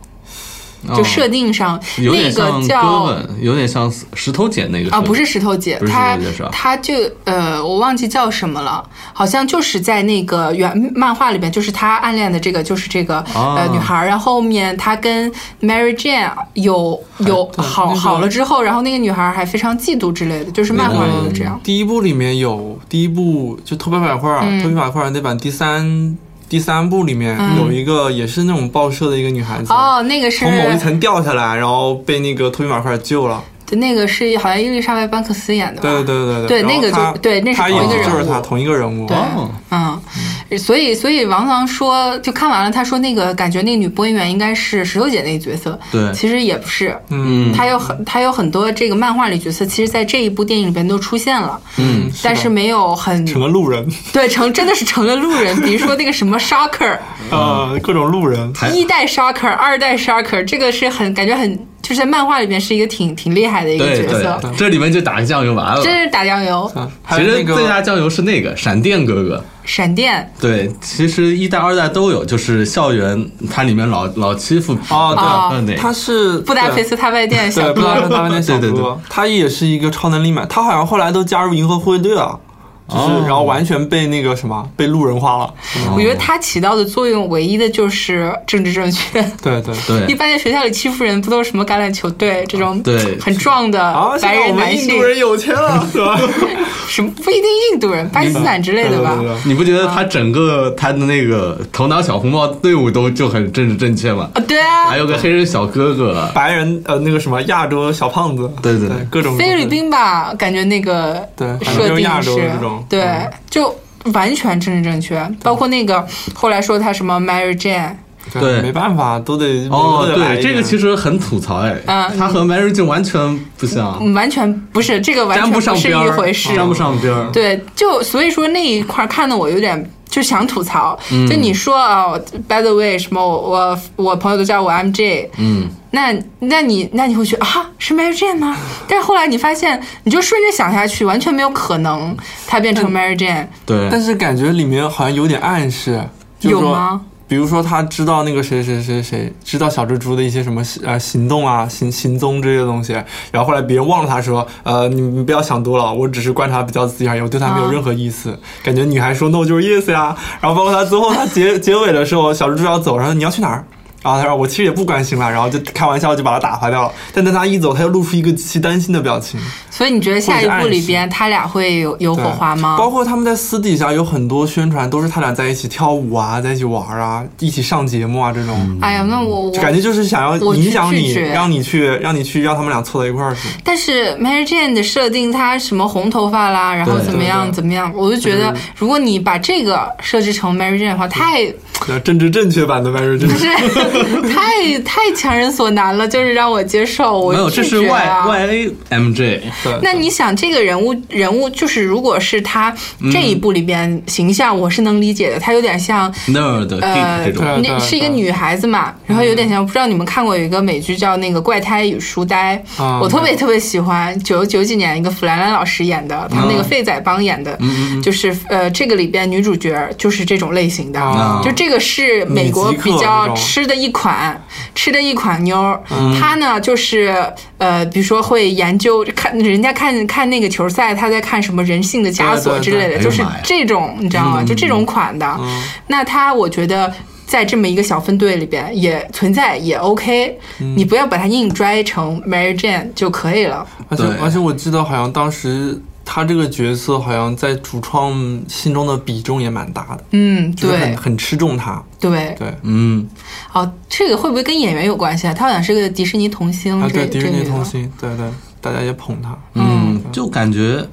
S1: 就
S2: 哦
S1: 设定上
S2: 有点
S1: 那
S2: 像
S1: 个
S2: 哥
S1: 叫。
S2: 们，有点像石头姐那个
S1: 啊，
S2: 设计
S1: 不是石头姐
S2: 不，是石头
S1: 她
S2: 姐是吧
S1: 她就呃，我忘记叫什么了，好像就是在那个原漫画里边，就是她暗恋的这个，就是这个、
S2: 啊
S1: 呃女孩儿，然后后面她跟 Mary Jane 有有
S2: 哎
S3: 对
S1: 好
S3: 那个
S1: 好了之后，然后那个女孩儿还非常嫉妒之类的，就是漫画里的这样。
S3: 第一部里面有第一部就偷拍板块儿，偷拍板块儿那版第三第三部里面有一个也是那种报社的一个女孩子，
S1: 哦，那个是
S3: 从某一层掉下来，然后被那个偷拍板块儿救了。
S1: 对，那个是好像伊丽莎白·班克斯演的吧？
S3: 对对对
S1: 对
S3: 然后
S1: 那个就
S3: 她
S1: 对那是
S3: 她
S1: 同
S2: 一
S3: 演
S2: 个
S3: 的
S2: 人
S3: 就是
S1: 物
S3: 他同一个人物。
S1: 对
S2: 哦
S1: 嗯，所以所以王狼说，就看完了，他说那个感觉那女播音员应该是石头姐那个角色，
S2: 对
S1: 其实也不是。
S2: 嗯，
S1: 他有很，他有很多这个漫画里角色，其实，在这一部电影里边都出现了，
S2: 嗯，
S1: 但
S3: 的
S1: 是没有很
S3: 成了路人，
S1: 对成，真的是成了路人。比如说那个什么 Shocker，
S3: 呃，各种路人。
S2: 哦还
S1: 一代 Shocker，二代 Shocker，这个是很感觉很，就是在漫画里边是一个挺挺厉害的一个
S2: 对
S1: 角色，
S2: 对，这里面就打个酱油完了。
S1: 真是打酱油，
S3: 嗯，还
S2: 其
S3: 有那
S2: 实
S3: 个
S2: 最佳酱油是那个闪电哥哥，
S1: 闪电，
S2: 对，其实一代二代都有，就是校园它里面老老欺负
S3: 哦对
S2: 啊那
S3: 他
S2: 个，
S3: 是
S1: 布达
S3: 对
S1: 佩斯大饭 店小
S3: 对，
S1: 哥
S3: 布达佩斯大饭店小
S2: 对对对
S3: 哥，他也是一个超能力买，他好像后来都加入银河护卫队了，就是
S2: 哦
S3: 然后完全被那个什么被路人化了。
S1: 我觉得它起到的作用唯一的就是政治正确。
S3: 对对。
S1: 一
S2: 对
S1: 般在学校里欺负人，不都是什么橄榄球队这种
S2: 对
S1: 很壮
S3: 啊，
S1: 的
S3: 现
S1: 白
S3: 在我
S1: 人
S3: 们
S1: 男
S3: 印
S1: 性
S3: 度，人有钱了，是吧？
S1: 什么不一定印 度人，巴基斯坦之类的吧
S3: 对？对对
S2: 你不觉得他整个他的那个头脑小红帽队伍都就很政治正确吗？
S1: 啊，对啊
S2: 还，有个黑人小哥哥，
S3: 白人呃那个什么亚洲小胖子，
S2: 对对
S3: 对，各种
S1: 菲律宾吧，感觉那个
S3: 对反正
S1: 设
S3: 就是亚
S1: 定
S3: 洲
S1: 是
S3: 这种，
S1: 对
S3: 嗯，
S1: 就完全政治正确，包括那个后来说他什么 Mary Jane，
S2: 对
S3: 没办法，都得
S2: 哦，对，这个其
S3: 实
S2: 实很吐槽哎，
S1: 啊
S2: 他和 Mary 就完全不像，
S1: 嗯完全不是这个完
S2: 沾
S1: 全
S2: 不上
S1: 是
S2: 边
S1: 一
S2: 儿，
S1: 回事，
S2: 沾不上边
S3: 嗯
S2: 儿。
S1: 对，就所以说那一块儿看的我有点就想吐槽，
S3: 嗯
S1: 就你说啊、b y the way，什么我我我朋友都叫我 MJ，
S2: 嗯，
S1: 那那你那你会觉得啊是 Mary Jane 吗？但是后来你发现，你就顺着想下去，完全没有可能她变
S3: 嗯
S1: 成 Mary Jane，
S2: 对，
S3: 但是感觉里面好像有点暗示，就是
S1: 有
S3: 说
S1: 吗？
S3: 比如说他知道那个谁谁谁谁知道小蜘蛛的一些什么呃行动啊行行踪这些东西，然后后来别人忘了他说，呃你们不要想多了，我只是观察比较仔细而已，我对他没有任何意思。感啊 觉女孩说 no 就是 yes 呀，然后包括他最后他结结尾的时候，小蜘蛛要走，然后你要去哪儿？然后他说我其实也不关心了，然后就开玩笑就把他打发掉了。但当他一走，他又露出一个极其担心的表情。
S1: 所以你觉得下一部里边他俩会有有
S3: 对
S1: 火花吗？
S3: 包括他们在私底下有很多宣传都是他俩在一起跳舞啊，在一起玩啊，一起上节目啊这种。
S2: 嗯
S1: 哎呀，那我我
S3: 就感觉就是想要
S1: 我去
S3: 影响
S1: 拒
S3: 你，
S1: 绝
S3: 让你去，让你去，让他们俩凑到一块儿去。
S1: 但是 Mary Jane 的设定，她什么红头发啦，然后
S2: 对
S1: 怎么样
S3: 对对
S1: 怎么样，我就觉得，如果你把这个设置成 Mary Jane 的话，太
S3: 那政治正确版的 Mary
S1: 不
S3: Jane，
S1: 是太太强人所难了，就是让我接受，我
S2: 没有，这是
S1: 拒
S2: Y
S1: 绝啊
S2: Y A M J，
S3: 对，
S1: 那你想，这个人物人物就是，如果是他这一部里边形象，我是能理解的。他有点像
S2: nerd
S1: 呃
S2: geek 这种。
S3: 对
S1: 那是一个女孩子嘛，然后有点像，不知道你们看过有一个美剧叫那个《怪胎与书呆》，
S3: 啊
S1: 我特别特别喜欢九九几年一个弗兰兰老师演的，他们
S2: 啊
S1: 那个费仔帮演
S2: 嗯
S1: 的，就是呃这个里边女主角就是这种类型的，
S3: 啊
S1: 就这个是美国
S3: 米吉克
S1: 比
S3: 那
S1: 较
S3: 种
S1: 吃的一款吃的一款妞儿，
S2: 嗯
S1: 她呢就是呃比如说会研究看人家看看那个球赛，她在看什么人性的枷锁
S3: 对对啊
S1: 之类的，
S2: 对
S1: 就是
S2: 哎呀妈呀
S1: 这种你知道
S3: 嗯
S1: 吗？就这种款的，那他我觉得。在这么一个小分队里边也存在也 OK，、你
S3: 嗯
S1: 不要把它硬拽成 Mary Jane 就可以了。
S3: 而且
S2: 对
S3: 而且我记得好像当时他这个角色好像在主创心中的比重也蛮大的，
S1: 嗯，
S3: 就是很
S1: 对
S3: 很吃重他。
S1: 对，
S3: 对啊，
S2: 嗯，
S1: 哦，这个会不会跟演员有关系啊？他好像是个迪士尼童星，这
S3: 啊对，迪士
S1: 这
S3: 尼
S1: 女的
S3: 童星，对对，大家也捧他。
S2: 嗯，
S1: 哦
S2: 就感觉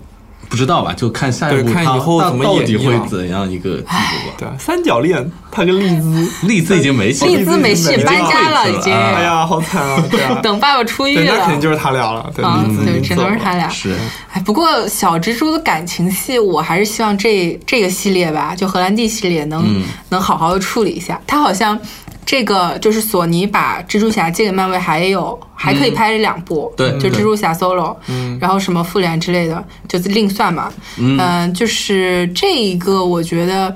S2: 不知道吧，就看下一步
S3: 对看
S2: 他
S3: 以后
S2: 他
S3: 怎么
S2: 到底
S3: 演绎了
S2: 会怎样一个地步吧。
S3: 对，啊三角恋，他跟丽兹，
S2: 利兹已经没戏了，
S1: 利兹没戏
S3: 已经
S1: 搬家了，
S2: 已经
S1: 已经。
S2: 啊
S3: 哎呀，好惨啊！对啊，
S1: 等爸爸出狱
S3: 对，那
S1: 了
S3: 肯定就是他嗯俩了。对，
S1: 啊
S3: 丽，兹
S1: 对，
S3: 已
S1: 只
S3: 经走
S1: 能是
S3: 了。
S1: 他俩。
S2: 是
S1: 哎，不过小蜘蛛的感情戏，我还是希望这这个系列吧，就荷兰弟系列能、
S2: 嗯
S1: 能好好的处理一下。它好像这个就是索尼把蜘蛛侠借给漫威，还有还可以拍两部，
S2: 嗯对嗯
S1: 就蜘
S2: 对
S1: 蛛侠 solo，、然后什么复联之类的，就另算嘛。嗯、就是这一个，我觉得。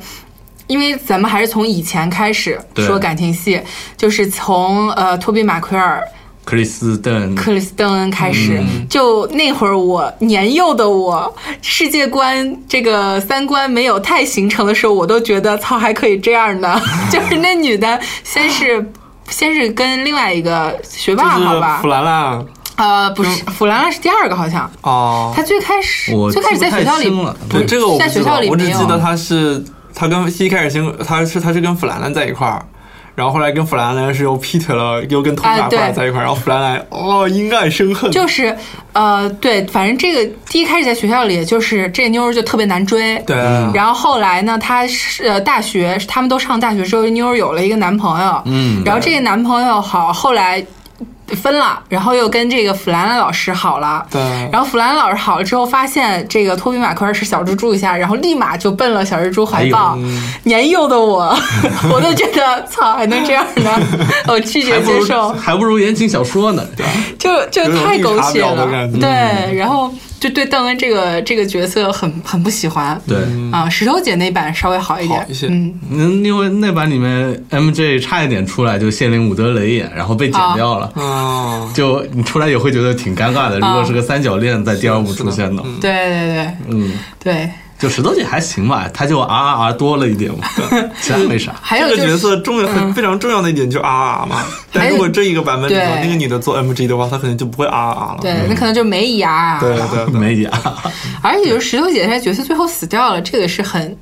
S1: 因为咱们还是从以前开始
S2: 对
S1: 说感情戏，就是从呃托比马奎尔
S2: 克里斯顿，
S1: 克里斯邓恩开始，就那会儿我年幼的我，世界观这个三观没有太形成的时候，我都觉得操还可以这样呢。 就是那女的先是。先是跟另外一个学霸，
S3: 就
S1: 啊好
S3: 是
S1: 吧
S3: 弗？兰啊兰
S1: 呃，不是，弗兰兰是第二个，好像
S3: 哦，
S1: 她最开始
S2: 我
S1: 最开始在学校里
S2: 记不太清了
S3: 对，
S2: 对
S3: 这个我
S1: 在
S3: 不
S1: 学
S3: 知
S1: 校
S3: 道
S1: 里，
S3: 我只
S1: 没有
S3: 记得他是他跟一开始先他是他是跟弗兰兰在一块儿。然后后来跟弗兰兰是又劈腿了，又跟托马
S1: 啊
S3: 库
S1: 对
S3: 尔在一块儿，然后弗兰兰哦因爱生恨，
S1: 就是呃，对，反正这个第一开始在学校里，就是这妞儿就特别难追，
S3: 对，
S1: 然后后来呢，她是呃大学，他们都上大学之后，妞儿有了一个男朋友，嗯，然后这个男朋友好，后来分了，然后又跟这个弗兰兰老师好了，
S3: 对
S1: 然后弗兰兰老师好了之后，发现这个托比马奎尔是小蜘蛛一下，然后立马就奔了小蜘蛛怀
S3: 哎
S1: 抱，年幼的我， 我都觉得操，还能这样呢，我拒
S2: 还
S1: 绝
S2: 不
S1: 接
S2: 如
S1: 受，
S2: 还不如言情小说呢。
S1: 就就
S3: 有种
S1: 太
S3: 绿
S1: 狗
S3: 茶
S1: 血
S3: 婊的
S1: 了
S3: 感，觉
S1: 对，然后就对邓恩这个这个角色很很不喜欢，对
S2: 对，
S1: 啊，石头姐那版稍微好一点，
S3: 嗯好一些
S1: 嗯，
S2: 嗯，因为那版里面 M J 差一点出来就谢林伍德雷演，然后被剪掉了，
S3: 哦，
S2: 就你出来也会觉得挺尴尬的。如
S1: 哦
S2: 果是个三角恋在第二部出现的，
S1: 对对对
S2: 嗯，
S1: 对，
S2: 就石头姐还行吧，她就 R R 多了一点嘛，其他没啥。
S1: 还有
S3: 这个
S1: 就
S3: 角
S1: 是嗯
S3: 色重要很非常重要的一点就是 R R 嘛，
S1: 还
S3: 但
S1: 有
S3: 如果这一个版本里头
S1: 对
S3: 那个女的做 M G 的话，她可能就不会 R R 了，
S1: 对，那可能就没牙啊，
S3: 嗯对对对，
S2: 没演，
S1: 而且就是石头姐她角色最后死掉了，这个是很。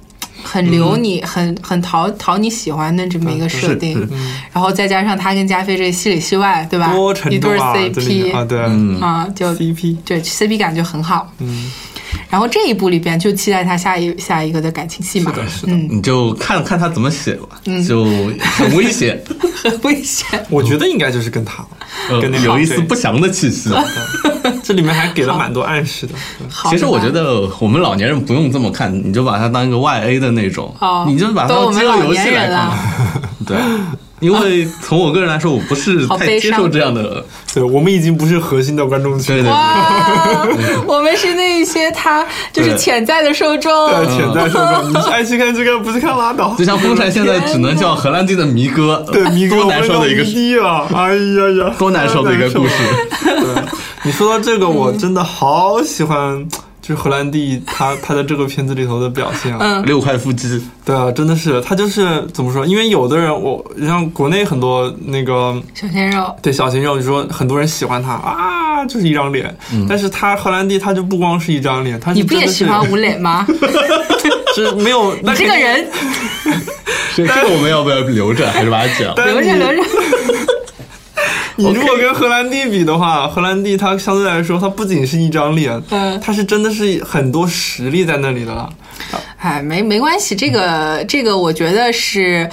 S1: 很留
S3: 嗯
S1: 你，很很讨讨你喜欢的这么一个设定
S2: 是是，
S1: 然后再加上他跟加菲这戏里戏外，对吧？
S3: 多沉
S1: 一对
S3: 重
S1: 儿
S3: 啊，这里面啊
S1: CP
S3: 对
S1: 啊，就
S3: C P
S1: 对 CP 感就很好。嗯，然后这一部里边就期待他下一下一个的感情戏嘛，嗯，
S2: 你就看看她怎么写吧，就很危 险，
S1: 很危险。
S3: 我觉得应该就是跟她了，
S2: 呃
S3: 跟那个
S2: 有一丝
S3: 对
S2: 不祥的气息。
S3: 这里面还给了蛮多暗示的，对
S1: 好
S2: 其实我
S1: 吧
S2: 觉得我们老年人不用这么看，你就把它当一个 Y A 的那种，
S1: 哦，
S2: 你就把它
S1: 都
S2: 当
S1: 我
S2: 饥
S1: 们
S2: 饿
S1: 老
S2: 游戏
S1: 年
S2: 来
S1: 人
S2: 看
S1: 了。。
S2: 对，因为从我个人来说，我不是
S1: 好
S2: 太
S1: 悲
S2: 接
S1: 伤
S2: 受这样的。
S3: 对我们已经不是核心的观众群
S2: 对对
S3: 了，
S1: 哇，我们是那一些他就是潜在的受众。
S3: 对，潜在受众，你是爱去看这个，不是看拉 倒
S2: 就。像风扇现在只能叫荷兰弟的迷哥，
S3: 对，迷哥
S2: 多难受的一个
S3: 迷弟了，哎呀呀，
S2: 多难受的一个故事。
S3: 对，你说到这个，我真的好喜欢。就是荷兰弟他他在这个片子里头的表现啊，
S1: 嗯
S2: 六块腹肌，
S3: 对啊，真的是他就是怎么说？因为有的人我像国内很多那个
S1: 小鲜肉，
S3: 对小鲜肉，你说很多人喜欢他啊，就是一张脸，
S2: 嗯
S3: 但是他荷兰弟他就不光是一张脸，他是
S1: 你不
S3: 真
S1: 也
S3: 的是
S1: 喜欢吴磊吗？
S3: 是没有
S1: 你
S3: 那
S1: 这个
S3: 肯定
S1: 人
S2: 这这个我们要不要留着，还是把它剪了？
S3: 但
S1: 留着
S3: 你
S1: 留着，
S3: 你如果跟荷兰弟比的话，荷兰弟他相对来说，他不仅是一张脸，
S1: 嗯
S3: 他是真的是很多实力在那里的了。
S1: 哎，没没关系，这个这个我觉得是。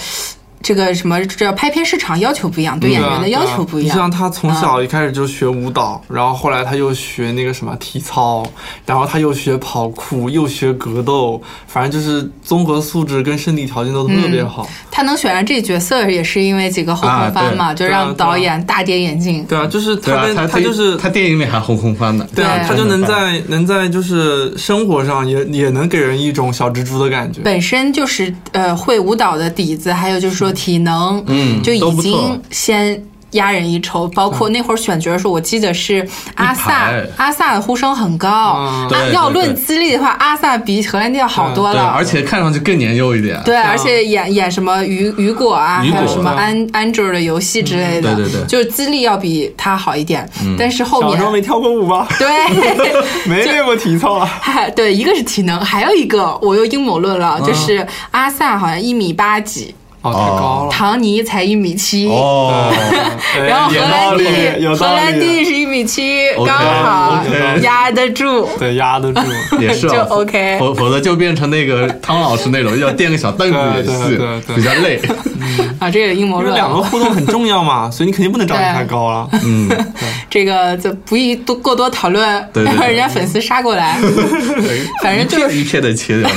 S1: 这个什么，这拍片市场要求不一样，对演
S3: 对啊
S1: 员的要求不一
S3: 对啊你
S1: 样
S3: 像。他从小一开始就学舞蹈，然后后来他又学那个什么体操，然后他又学跑酷，又学格斗，反正就是综合素质跟身体条件都特
S1: 嗯
S3: 别好。
S1: 他能选上这角色，也是因为几个后
S2: 啊
S1: 空翻嘛，就
S3: 对啊
S1: 让导演大跌眼镜。
S3: 对啊，就是
S2: 对
S3: 他
S2: 啊
S3: 跟，
S2: 他
S3: 他就是
S2: 他电影里还红红翻呢。
S3: 对啊，
S1: 对
S3: 他就能在能在就是生活上也也能给人一种小蜘蛛的感觉。
S1: 本身就是呃会舞蹈的底子，还有就是说体能，
S2: 嗯
S1: 就
S2: 都
S1: 已
S2: 不错嗯
S1: 经先压人一筹。包括那会儿选角的时候，我记得是阿萨
S2: 一排，
S1: 阿萨的呼声很高。
S3: 嗯
S1: 啊
S2: 对，
S1: 要
S2: 对
S1: 论
S2: 对嗯
S1: 资历的话，阿萨比荷兰弟要好多
S2: 对，啊
S1: 了
S2: 而。且看上去更年幼一点。
S1: 啊对，而且演演什么雨雨果啊，
S2: 雨果嗯
S1: 还有什么
S3: 啊
S1: 安安卓的游戏之类的，
S2: 对对对嗯
S1: 就是资历要比他好一点。但是后
S3: 小
S1: 面
S3: 时候没跳过舞吧？
S1: 对，
S3: 没练过体操啊。
S1: 嗨， 对，一个是体能，还有一个我又阴谋论了，
S3: 嗯
S1: 就是阿萨好像一米八几，
S3: 哦，太高了。
S1: 唐尼才一米七。
S2: 哦，
S3: 哎
S1: 然后荷
S3: 有道
S1: 兰
S3: 理，
S1: 弟，
S3: 有
S1: 荷
S3: 道理
S1: 兰弟是一米七，
S2: OK，
S1: 刚好
S3: 有道理
S1: 压得住。
S3: 对 压得住，
S2: 也是啊
S1: 就 OK
S2: 否否则就变成那个汤老师那种要垫个小凳子演
S3: 对对
S2: 戏，
S3: 对
S2: 比较累。
S1: 啊，这个阴谋
S3: 因为
S1: 论
S3: 两个
S1: 啊，
S3: 互动很重要嘛，所以你肯定不能长得太高啊了。
S2: 嗯，
S1: 这个就不宜多过多讨论，
S2: 对 对对
S1: 让人家粉丝杀过来。 反正就是
S2: 一片的切掉。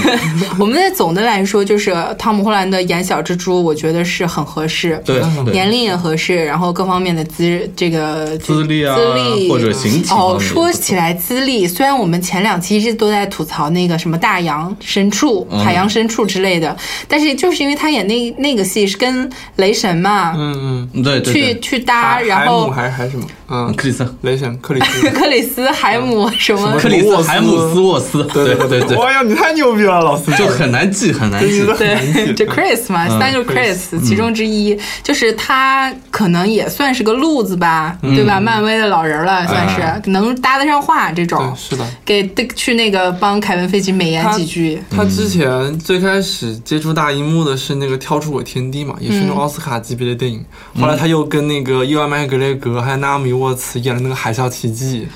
S1: 我们在总的来说，就是汤姆·霍兰德演小蜘蛛，我觉得是很合适，
S2: 对，
S3: 嗯
S2: 对
S1: 年龄也合适，然后各方面的资这个
S2: 资历啊
S1: 资历
S2: 或者行乞方
S1: 哦，
S2: 面
S1: 说起来资历，虽然我们前两期一直都在吐槽那个什么大洋深处、
S2: 嗯
S1: 海洋深处之类的，但是就是因为他演那那个戏是跟雷神嘛，
S3: 嗯嗯，
S2: 对对
S1: 去
S2: 对，
S1: 去搭，
S3: 海
S1: 然
S3: 海姆
S1: 后。
S3: 还还什么？嗯，
S2: 克里斯。
S3: 雷神克里斯
S1: 克里
S2: 嗯
S1: 斯海姆什么
S3: 什
S2: 克
S3: 么
S2: 里斯
S3: 沃斯
S2: 海姆斯沃斯， 对对对，
S3: 哎呀，你太牛逼了，老师！
S2: 就很难记，很难记
S3: 真。的
S1: 对，就 Chris 嘛，
S2: 嗯
S1: 三就是 Chris 其中之一，就是他可能也算是个路子吧，
S2: 嗯
S1: 对吧？漫威的老人
S2: 哎
S1: 了，算是能搭得上话这种
S3: 对，。是的。
S1: 给去那个帮凯文·费奇美言
S3: 他
S1: 几句，
S3: 他
S2: 嗯
S3: 之前最开始接触大荧幕的是那个《跳出我天地》嘛，也
S2: 嗯
S3: 是那种奥斯卡级别的电影。后来他又跟那个伊万麦格雷格还有纳米沃茨演了那个《海啸奇迹》，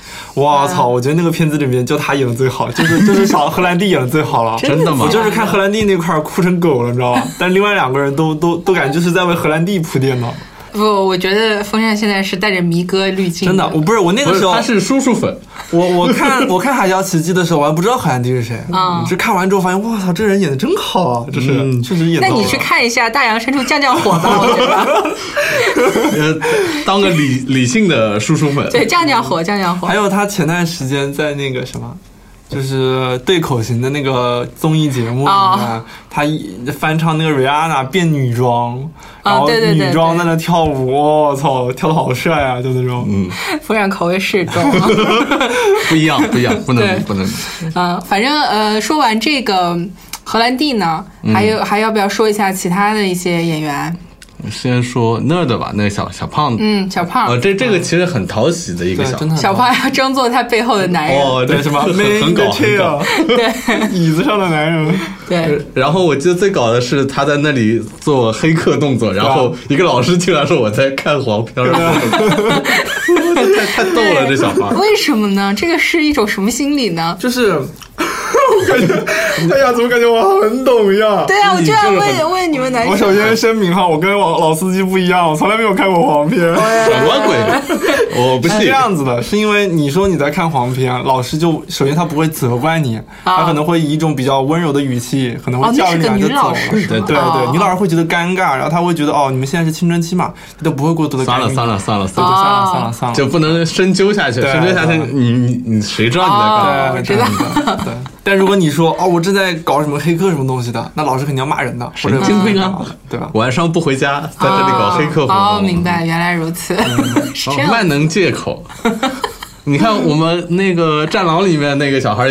S3: 我操！我觉得那个片子里面就他演的最好， 就是就是小荷兰弟演的最好了。
S2: 真的吗
S3: 我就是看荷兰弟那块儿哭成狗了，你知 道吧？但另外两个人都都都感觉就是在为荷兰弟铺垫
S2: 嗯
S3: 呢。
S1: 不，我觉得风扇现在是带着迷哥滤镜，
S3: 真的，我不是我那
S2: 不
S3: 个
S2: 是，
S3: 时候
S2: 他，是叔叔粉，
S3: 我我看我看《海啸奇迹》的时候，我还不知道荷兰弟是谁，
S1: 嗯
S3: 就看完之后发现，我操，这人演的真好啊，就是、
S2: 嗯
S3: 确实演啊
S1: 那
S3: 到
S1: 你
S3: 了
S1: 去看一下《大洋深处》降降火 吧，我觉得
S2: 呃，当个理理性的叔叔粉。
S1: 对，降降火，降降火
S3: 还。有他前段时间在那个什么，就是对口型的那个综艺节目里面，
S1: 哦
S3: 他一翻唱那个 Rihanna 变女装，然后
S1: 啊对对对
S3: 女装在那跳舞，我、操，跳的好帅啊，就那种。
S2: 嗯，
S1: 风扇口味是 重。
S2: 不一样，不一样，不
S1: 对
S2: 能不能。
S1: 嗯，反正呃，说完这个荷兰弟呢，
S3: 嗯
S1: 还有、还要不要说一下其他的一些演员？
S2: 先说 nerd 吧，那个小小胖子，
S1: 嗯，小胖，
S2: 呃，这这个其实很讨喜的一个
S3: 对
S2: 小，，
S3: 哦真的很哎
S1: 小
S3: 好
S1: 胖要争做他背后的男人，
S2: 哦，
S3: 对
S2: 这
S3: 什 么
S2: 很
S3: Man
S2: 很
S3: in the
S2: 搞很搞
S3: chair，
S1: 对
S3: 椅子上的男人，
S1: 对。
S2: 然后我记得最搞的是他在那里做黑客动作，然
S3: 啊
S2: 后一个老师竟然说我在看黄片儿，太太逗了这小孩。
S1: 为什么呢？这个是一种什么心理呢？
S3: 就是，我感觉， 哎呀，怎么感觉我很懂呀？
S1: 对啊，我
S2: 你
S1: 就要
S2: 这个
S1: 问
S2: 很
S1: 问你们男
S3: 我
S1: 生，
S3: 首先声明哈，我跟老老司机不一样，我从来没有看过黄片。
S1: 哦
S2: 什么鬼？我不信
S3: 是呃哎这。样子的，是因为你说你在看黄片，老师就首先他不会责怪你，他可能会以一种比较温柔的语气，可能
S1: 啊哦
S3: 会
S1: 那
S3: 教
S1: 是
S3: 育你
S1: 个
S3: 俩就
S1: 女
S3: 走
S1: 老
S3: 了。
S1: 师
S3: 对
S1: 是
S3: 对
S1: 吗哦
S3: 对，女老师会觉得尴尬，然后他会觉得哦，你们现在是青春期嘛，他就不会过多的
S2: 算了算了算了算
S3: 算
S1: 哦
S2: 了，
S3: 了算了算了，
S2: 就不能深究下去，
S3: 啊对
S2: 深究下去，
S3: 对
S2: 你你你谁知道你在干嘛？
S3: 哎
S1: 哦我知道
S3: 道。对，但如果你说哦，我正在搞什么黑客什么东西的，那老师肯定要骂人的，或者
S2: 神经病啊
S3: 干嘛的对啊吧？
S2: 晚上不回家，在这里搞黑客活动。
S1: 哦，明白，原来如此， 是
S2: 哦
S1: 这，样。
S2: 万能借口。你看我们那个《战狼》里面那个小孩儿，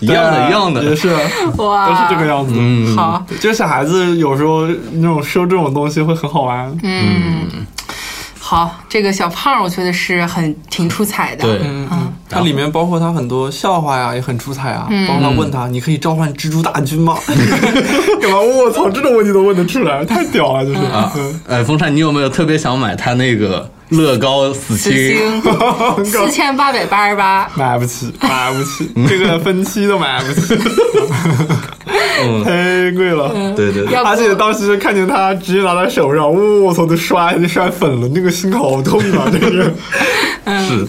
S2: 一样的，一样的。
S1: 啊
S3: 也是，
S1: 哇，
S3: 都是这个样子。
S2: 嗯，
S1: 好，
S3: 就是小孩子有时候那种说这种东西会很好玩，
S1: 嗯，好，这个小胖儿我觉得是很挺出彩的，
S2: 对，
S3: 嗯，它里面包括它很多笑话呀，也很出彩啊。包括他问他，你可以召唤蜘蛛大军吗？ 干嘛？我操，这种问题都问得出来，太屌了！就是，
S2: 啊
S3: 嗯，
S2: 呃，风扇，你有没有特别想买他那个乐高死
S1: 紫
S2: 星？
S1: 星
S3: 很搞
S1: 四千八百八十 八，
S3: 买不起，买不起，这个分期都买不起， 太贵了。
S2: 对对对，
S1: 要不
S3: 而且当时看见他直接拿在手上，我操，都摔都摔粉了，那个心好痛啊！这个，
S2: 是，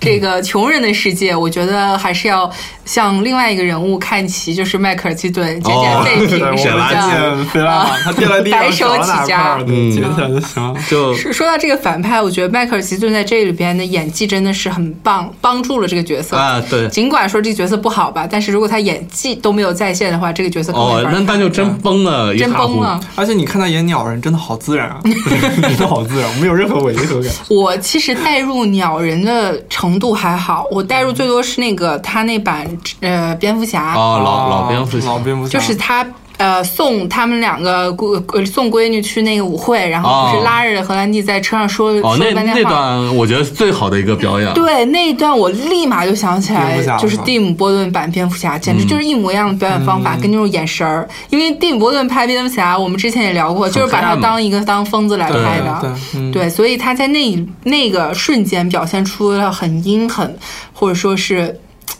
S1: 这个穷人的世界，我觉得还是要向另外一个人物看齐，就是迈克尔基顿捡捡废品
S3: 对，我
S1: 什
S2: 捡
S1: 么
S2: 哦垃圾啊
S1: 的。
S3: 捡肥了，他掉在地
S1: 白
S3: 上
S1: 手
S3: 少了哪
S1: 起
S3: 块
S1: 家
S3: 儿，对，捡起来就行了。
S2: 就
S1: 说说到这个反派，我觉得迈克尔·基顿在这里边的演技真的是很棒，帮助了这个角色。
S2: 啊，对，
S1: 尽管说这角色不好吧，但是如果他演技都没有在线的话，这个角色更没
S2: 哦
S1: 法，
S2: 那他就真崩了，一
S1: 真
S2: 塌
S1: 崩
S2: 糊涂
S1: 了。。
S3: 而且你看他演鸟人，真的好自然 啊，真的好自然，没有任何违和感。
S1: 我其实代入鸟人的程度还好，我代入最多是那个他那版呃蝙蝠侠
S2: 哦，老老蝙蝠
S3: 老
S2: 侠，
S3: 蝙蝠侠
S1: 就是他呃送他们两个闺呃送闺女去那个舞会，然后
S2: 哦
S1: 不是拉着荷兰弟在车上说、说
S2: 哦，那
S1: 了半
S2: 那
S1: 天话。
S2: 段我觉得是最好的一个表演，
S1: 对那一段，我立马就想起
S3: 蝙
S1: 来
S3: 蝠侠，
S1: 就是
S3: 是吧嗯
S1: 蒂姆·波顿版蝙蝠侠，简直就是一模一样的表演方法，跟那种眼神儿。因为蒂姆·波顿拍蝙蝠侠，我们之前也聊过，就是把
S2: 黑
S1: 他
S2: 暗嘛
S1: 当一个当疯子来
S3: 对
S1: 拍
S3: 对
S1: 的，，
S3: 嗯，
S1: 对，所以他在那一那个瞬间表现出了很阴狠，或者说是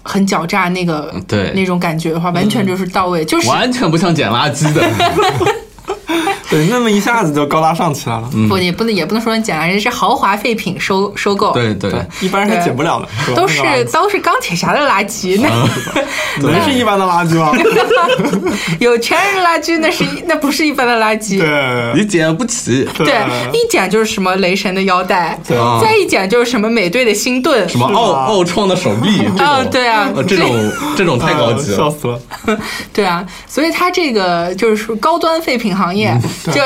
S1: 很狡诈那个
S3: 嗯
S2: 对
S1: 那种感觉的话，完全就是到位，就是
S2: 完全不像捡垃圾 的，
S3: 对，那么一下子就高大上起来了。
S1: 不，也不能也不能说人捡垃圾，是豪华废品收收购，
S2: 对对，
S3: 对，嗯一般人还捡不了呢，吧
S1: 都
S3: 那
S1: 是
S3: 个垃圾
S1: 都是钢铁侠的垃圾，
S3: 嗯
S1: 那
S3: 能是一般的垃圾吗？
S1: 有钱人的垃圾那是一那不是一般的垃圾，
S3: 对
S2: 你捡不起。
S1: 对，一捡就是什么雷神的腰带，
S3: 对
S2: 啊
S1: 再一捡就是什么美队的星盾，
S2: 什么
S3: 是吧
S2: 奥奥创的手臂？这
S1: 啊
S2: 种
S1: 对啊
S2: 呃这种这种太高级
S3: 啊笑
S2: 了。
S3: 死了。
S1: 对啊，所以他这个就是说高端废品行业， 就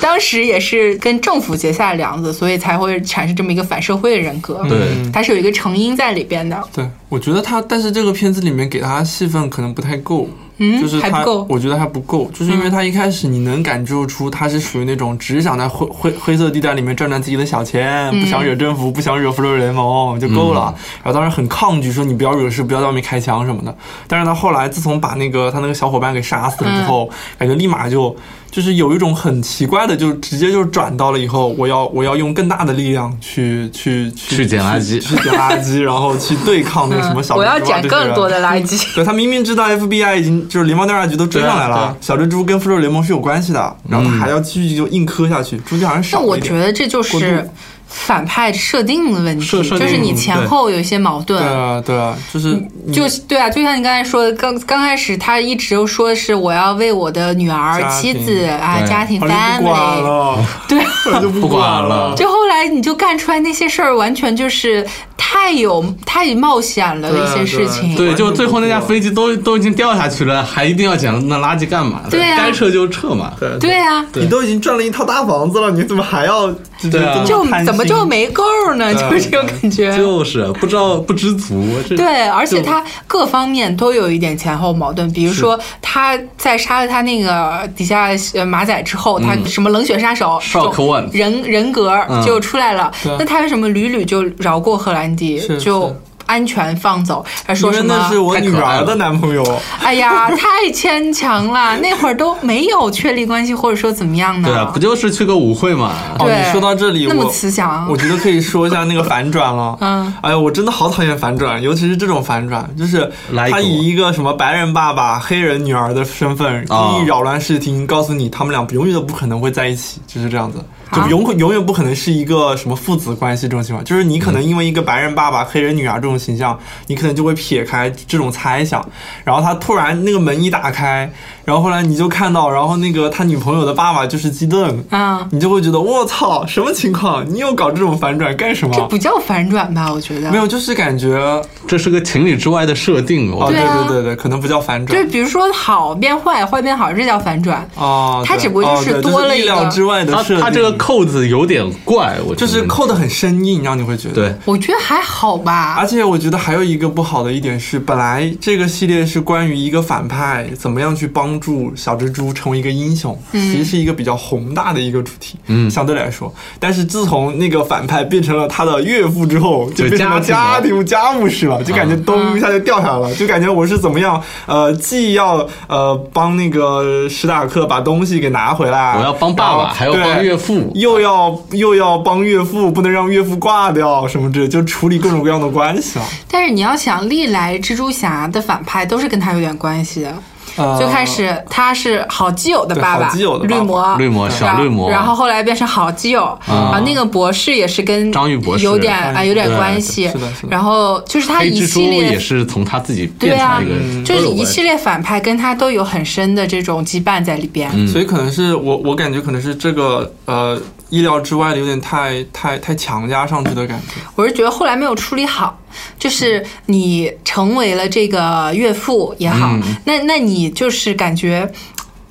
S1: 当时也是跟政府结下梁子，所以才会产生这么一个反社会的人格，
S2: 对，
S1: 它是有一个成因在里边的，
S3: 对，我觉得他，但是这个片子里面给他戏份可能不太够，
S1: 嗯
S3: 就是
S1: 还
S3: 他，
S1: 不够嗯
S3: 我觉得还不够，就是因为他一开始你能感受出他是属于那种只想在灰灰灰色地带里面赚赚自己的小钱，
S1: 嗯
S3: 不想惹政府，不想惹复仇者联盟哦就够了。然后当时很抗拒说你不要惹事，不要在外面开枪什么的。但是他后来自从把那个他那个小伙伴给杀死了之后，
S1: 嗯
S3: 感觉立马就。就是有一种很奇怪的，就直接就转到了以后，我要我要用更大的力量去去去
S2: 去捡垃圾
S3: 去捡垃圾，然后去对抗那个什么小蜘
S1: 嗯
S3: 蛛
S1: 我要
S3: 啊
S1: 捡
S3: 这些
S1: 更
S3: 人
S1: 多的垃圾。
S3: 对他明明知道 FBI 已经就是联邦调查局都追上来了，
S2: 对啊对啊嗯
S3: 小蜘蛛跟复仇者联盟是有关系的，然后他还要继续就硬磕下去，中间好像少
S1: 但我
S3: 了一
S1: 觉
S3: 点。
S1: 得这就是反派设定的问题，
S2: 设设定
S1: 就是你前后有一些矛
S3: 对
S1: 盾。
S3: 啊，对啊，就是你
S1: 就对啊，就像你刚才说的，刚刚开始他一直都说是我要为我的女儿、
S3: 家
S1: 妻
S3: 庭
S1: 子啊、
S2: 对
S1: 家庭
S3: 我就不管
S1: family，
S3: 了，
S1: 对，
S3: 我就不管了。
S1: 就后来你就干出来那些事儿，完全就是太有太冒险了的一些
S3: 啊
S1: 事情。
S2: 对，就最后那架飞机都都已经掉下去了，还一定要捡那垃圾干嘛呢？
S1: 对啊
S2: 该撤就撤嘛。
S3: 对
S1: 对啊，
S3: 你都已经赚了一套大房子了，你怎么还要就是
S2: 对啊
S1: 就
S3: 这贪心
S1: 怎么就没够呢？
S3: 对
S1: 就是这种感觉。
S2: 就是啊不知道不知足。这
S1: 对，而且
S2: 就
S1: 他各方面都有一点前后矛盾。比如说，他在杀了他那个底下呃马仔之后，他什么冷血杀手、
S2: 嗯 Shock
S1: 这种
S2: One
S1: 人人格
S2: 嗯
S1: 就出来了。
S3: 对
S1: 那他为什么屡屡就饶过荷兰弟
S3: 是，
S1: 就是安全放走？还说
S3: 因
S1: 什
S3: 为那
S1: 么
S3: 是？我
S2: 太
S3: 女
S2: 可爱
S3: 儿
S2: 了
S3: 的男朋友，
S1: 哎呀，太牵强了！那会儿都没有确立关系，或者说怎么样呢？
S2: 对啊，不就是去个舞会嘛？
S3: 哦，
S1: 对
S3: 你说到这里，
S1: 那么
S3: 我
S1: 慈祥
S3: 我觉得可以说一下那个反转了。
S1: 啊嗯，
S3: 哎呀，我真的好讨厌反转，尤其是这种反转，就是
S2: 来一个
S3: 他以一个什么白人爸爸、黑人女儿的身份，
S2: 啊
S3: 故意扰乱视听，告诉你他们俩永远都不可能会在一起，就是这样子。就
S1: 啊
S3: 永永远不可能是一个什么父子关系这种情况，就是你可能因为一个白人爸爸、黑人女儿这种形象，你可能就会撇开这种猜想，然后他突然那个门一打开，然后后来你就看到，然后那个他女朋友的爸爸就是基顿，
S1: 啊，
S3: 你就会觉得我操，什么情况？你又搞这种反转干什
S1: 这
S3: 么？
S1: 不叫反转吧？我觉得
S3: 没有，就是感觉哦，
S2: 这是个情理之外的设定，我
S1: 对
S3: 对
S1: 啊
S3: 对对对，可能不叫反
S1: 就
S3: 转
S1: 是比如说好变坏，坏变好，这叫反转。
S3: 哦，
S1: 它
S3: 对
S1: 只不过就
S3: 哦
S1: 是
S3: 对
S1: 多了一
S3: 意
S1: 个
S3: 料之外的
S2: 他
S3: 设定，
S2: 他这个扣子有点怪，我觉得
S3: 就是扣的很生硬，让你会觉得
S2: 对。
S1: 我觉得还好吧。
S3: 而且且我觉得还有一个不好的一点是，本来这个系列是关于一个反派怎么样去帮助小蜘蛛成为一个英雄，其实是一个比较宏大的一个主题，
S2: 嗯
S3: 相对来说。但是自从那个反派变成了他的岳父之后，就
S2: 就
S3: 变成了
S2: 家
S3: 家
S2: 庭
S3: 庭家务事了，就感觉咚一下就掉下来了，就感觉我是怎么样，呃，既要呃帮那个史塔克把东西给拿回来，
S2: 我要帮爸
S3: 然
S2: 爸，
S3: 后
S2: 还要帮
S3: 对
S2: 岳父，
S3: 又要又要帮岳父，不能让岳父挂掉什么之类，就处理各种各样的关系啊。
S1: 但是你要想，历来蜘蛛侠的反派都是跟他有点关系的。
S3: 呃
S1: 最开始他是好基友的
S3: 对
S1: 爸爸，
S3: 好基友的爸
S1: 绿
S3: 爸
S1: 魔，
S2: 绿魔
S1: 然
S2: 小绿魔
S1: 然后后来变成好基友，然后那个博士也是跟
S2: 章鱼博士
S1: 有点
S3: 章鱼
S1: 啊有点
S2: 对
S1: 关系
S3: 是的是，的
S1: 然后就是他
S2: 黑
S1: 一
S2: 蜘蛛
S1: 系列
S2: 也是从他自己
S1: 对
S2: 变
S1: 啊
S2: 成一个
S3: 嗯
S2: 人，，
S1: 就是一
S2: 切
S1: 系列反派跟他都有很深的这种羁绊在里边。
S2: 嗯
S3: 所以可能是我，我感觉可能是这个呃意料之外的，有点太太太强加上去的感觉。
S1: 我是觉得后来没有处理好，就是你成为了这个岳父也好，
S3: 嗯
S1: 那那你就是感觉，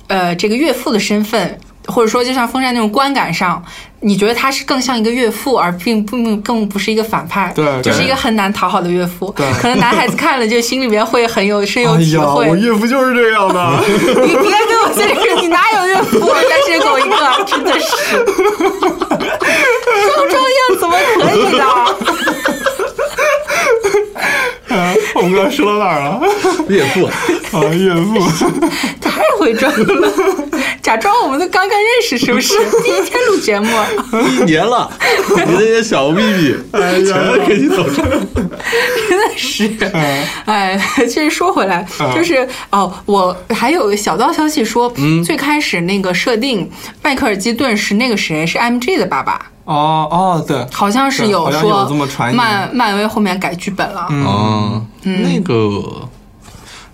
S1: 呃，这个岳父的身份，或者说就像风扇那种观感上，你觉得他是更像一个岳父，而并并并更不是一个反派，
S3: 对
S1: 就是
S3: 对
S1: 一个很难讨好的岳父。
S3: 对
S1: 可能男孩子看了就心里边会很有深有
S3: 哎
S1: 体
S3: 呀，
S1: 会。
S3: 我岳父就是这样的。
S1: 你别给我这个，你哪有岳父 啊？单身狗一个，真的是， 这种照样怎么可以呢？
S3: 啊我们刚才说到哪儿了？
S2: 岳父，
S3: 啊，岳父。
S1: 太会装 了，假装我们都刚刚认识，是不是？第一天录节目，
S2: 一年了，你这些小秘密
S3: 哎呀
S2: 全都给你走出来。
S1: 真的是，
S3: 嗯
S1: 哎， 其实说回来，就是哦，我还有个小道消息说，
S3: 嗯
S1: 最开始那个设定，迈克尔基顿是那个谁，是 MG 的爸爸，
S3: 哦哦，对，
S1: 好像是有
S3: 对好像
S1: 说
S3: 有这么传言
S1: 漫漫威后面改剧本了，
S2: 哦，
S1: 嗯
S2: 那个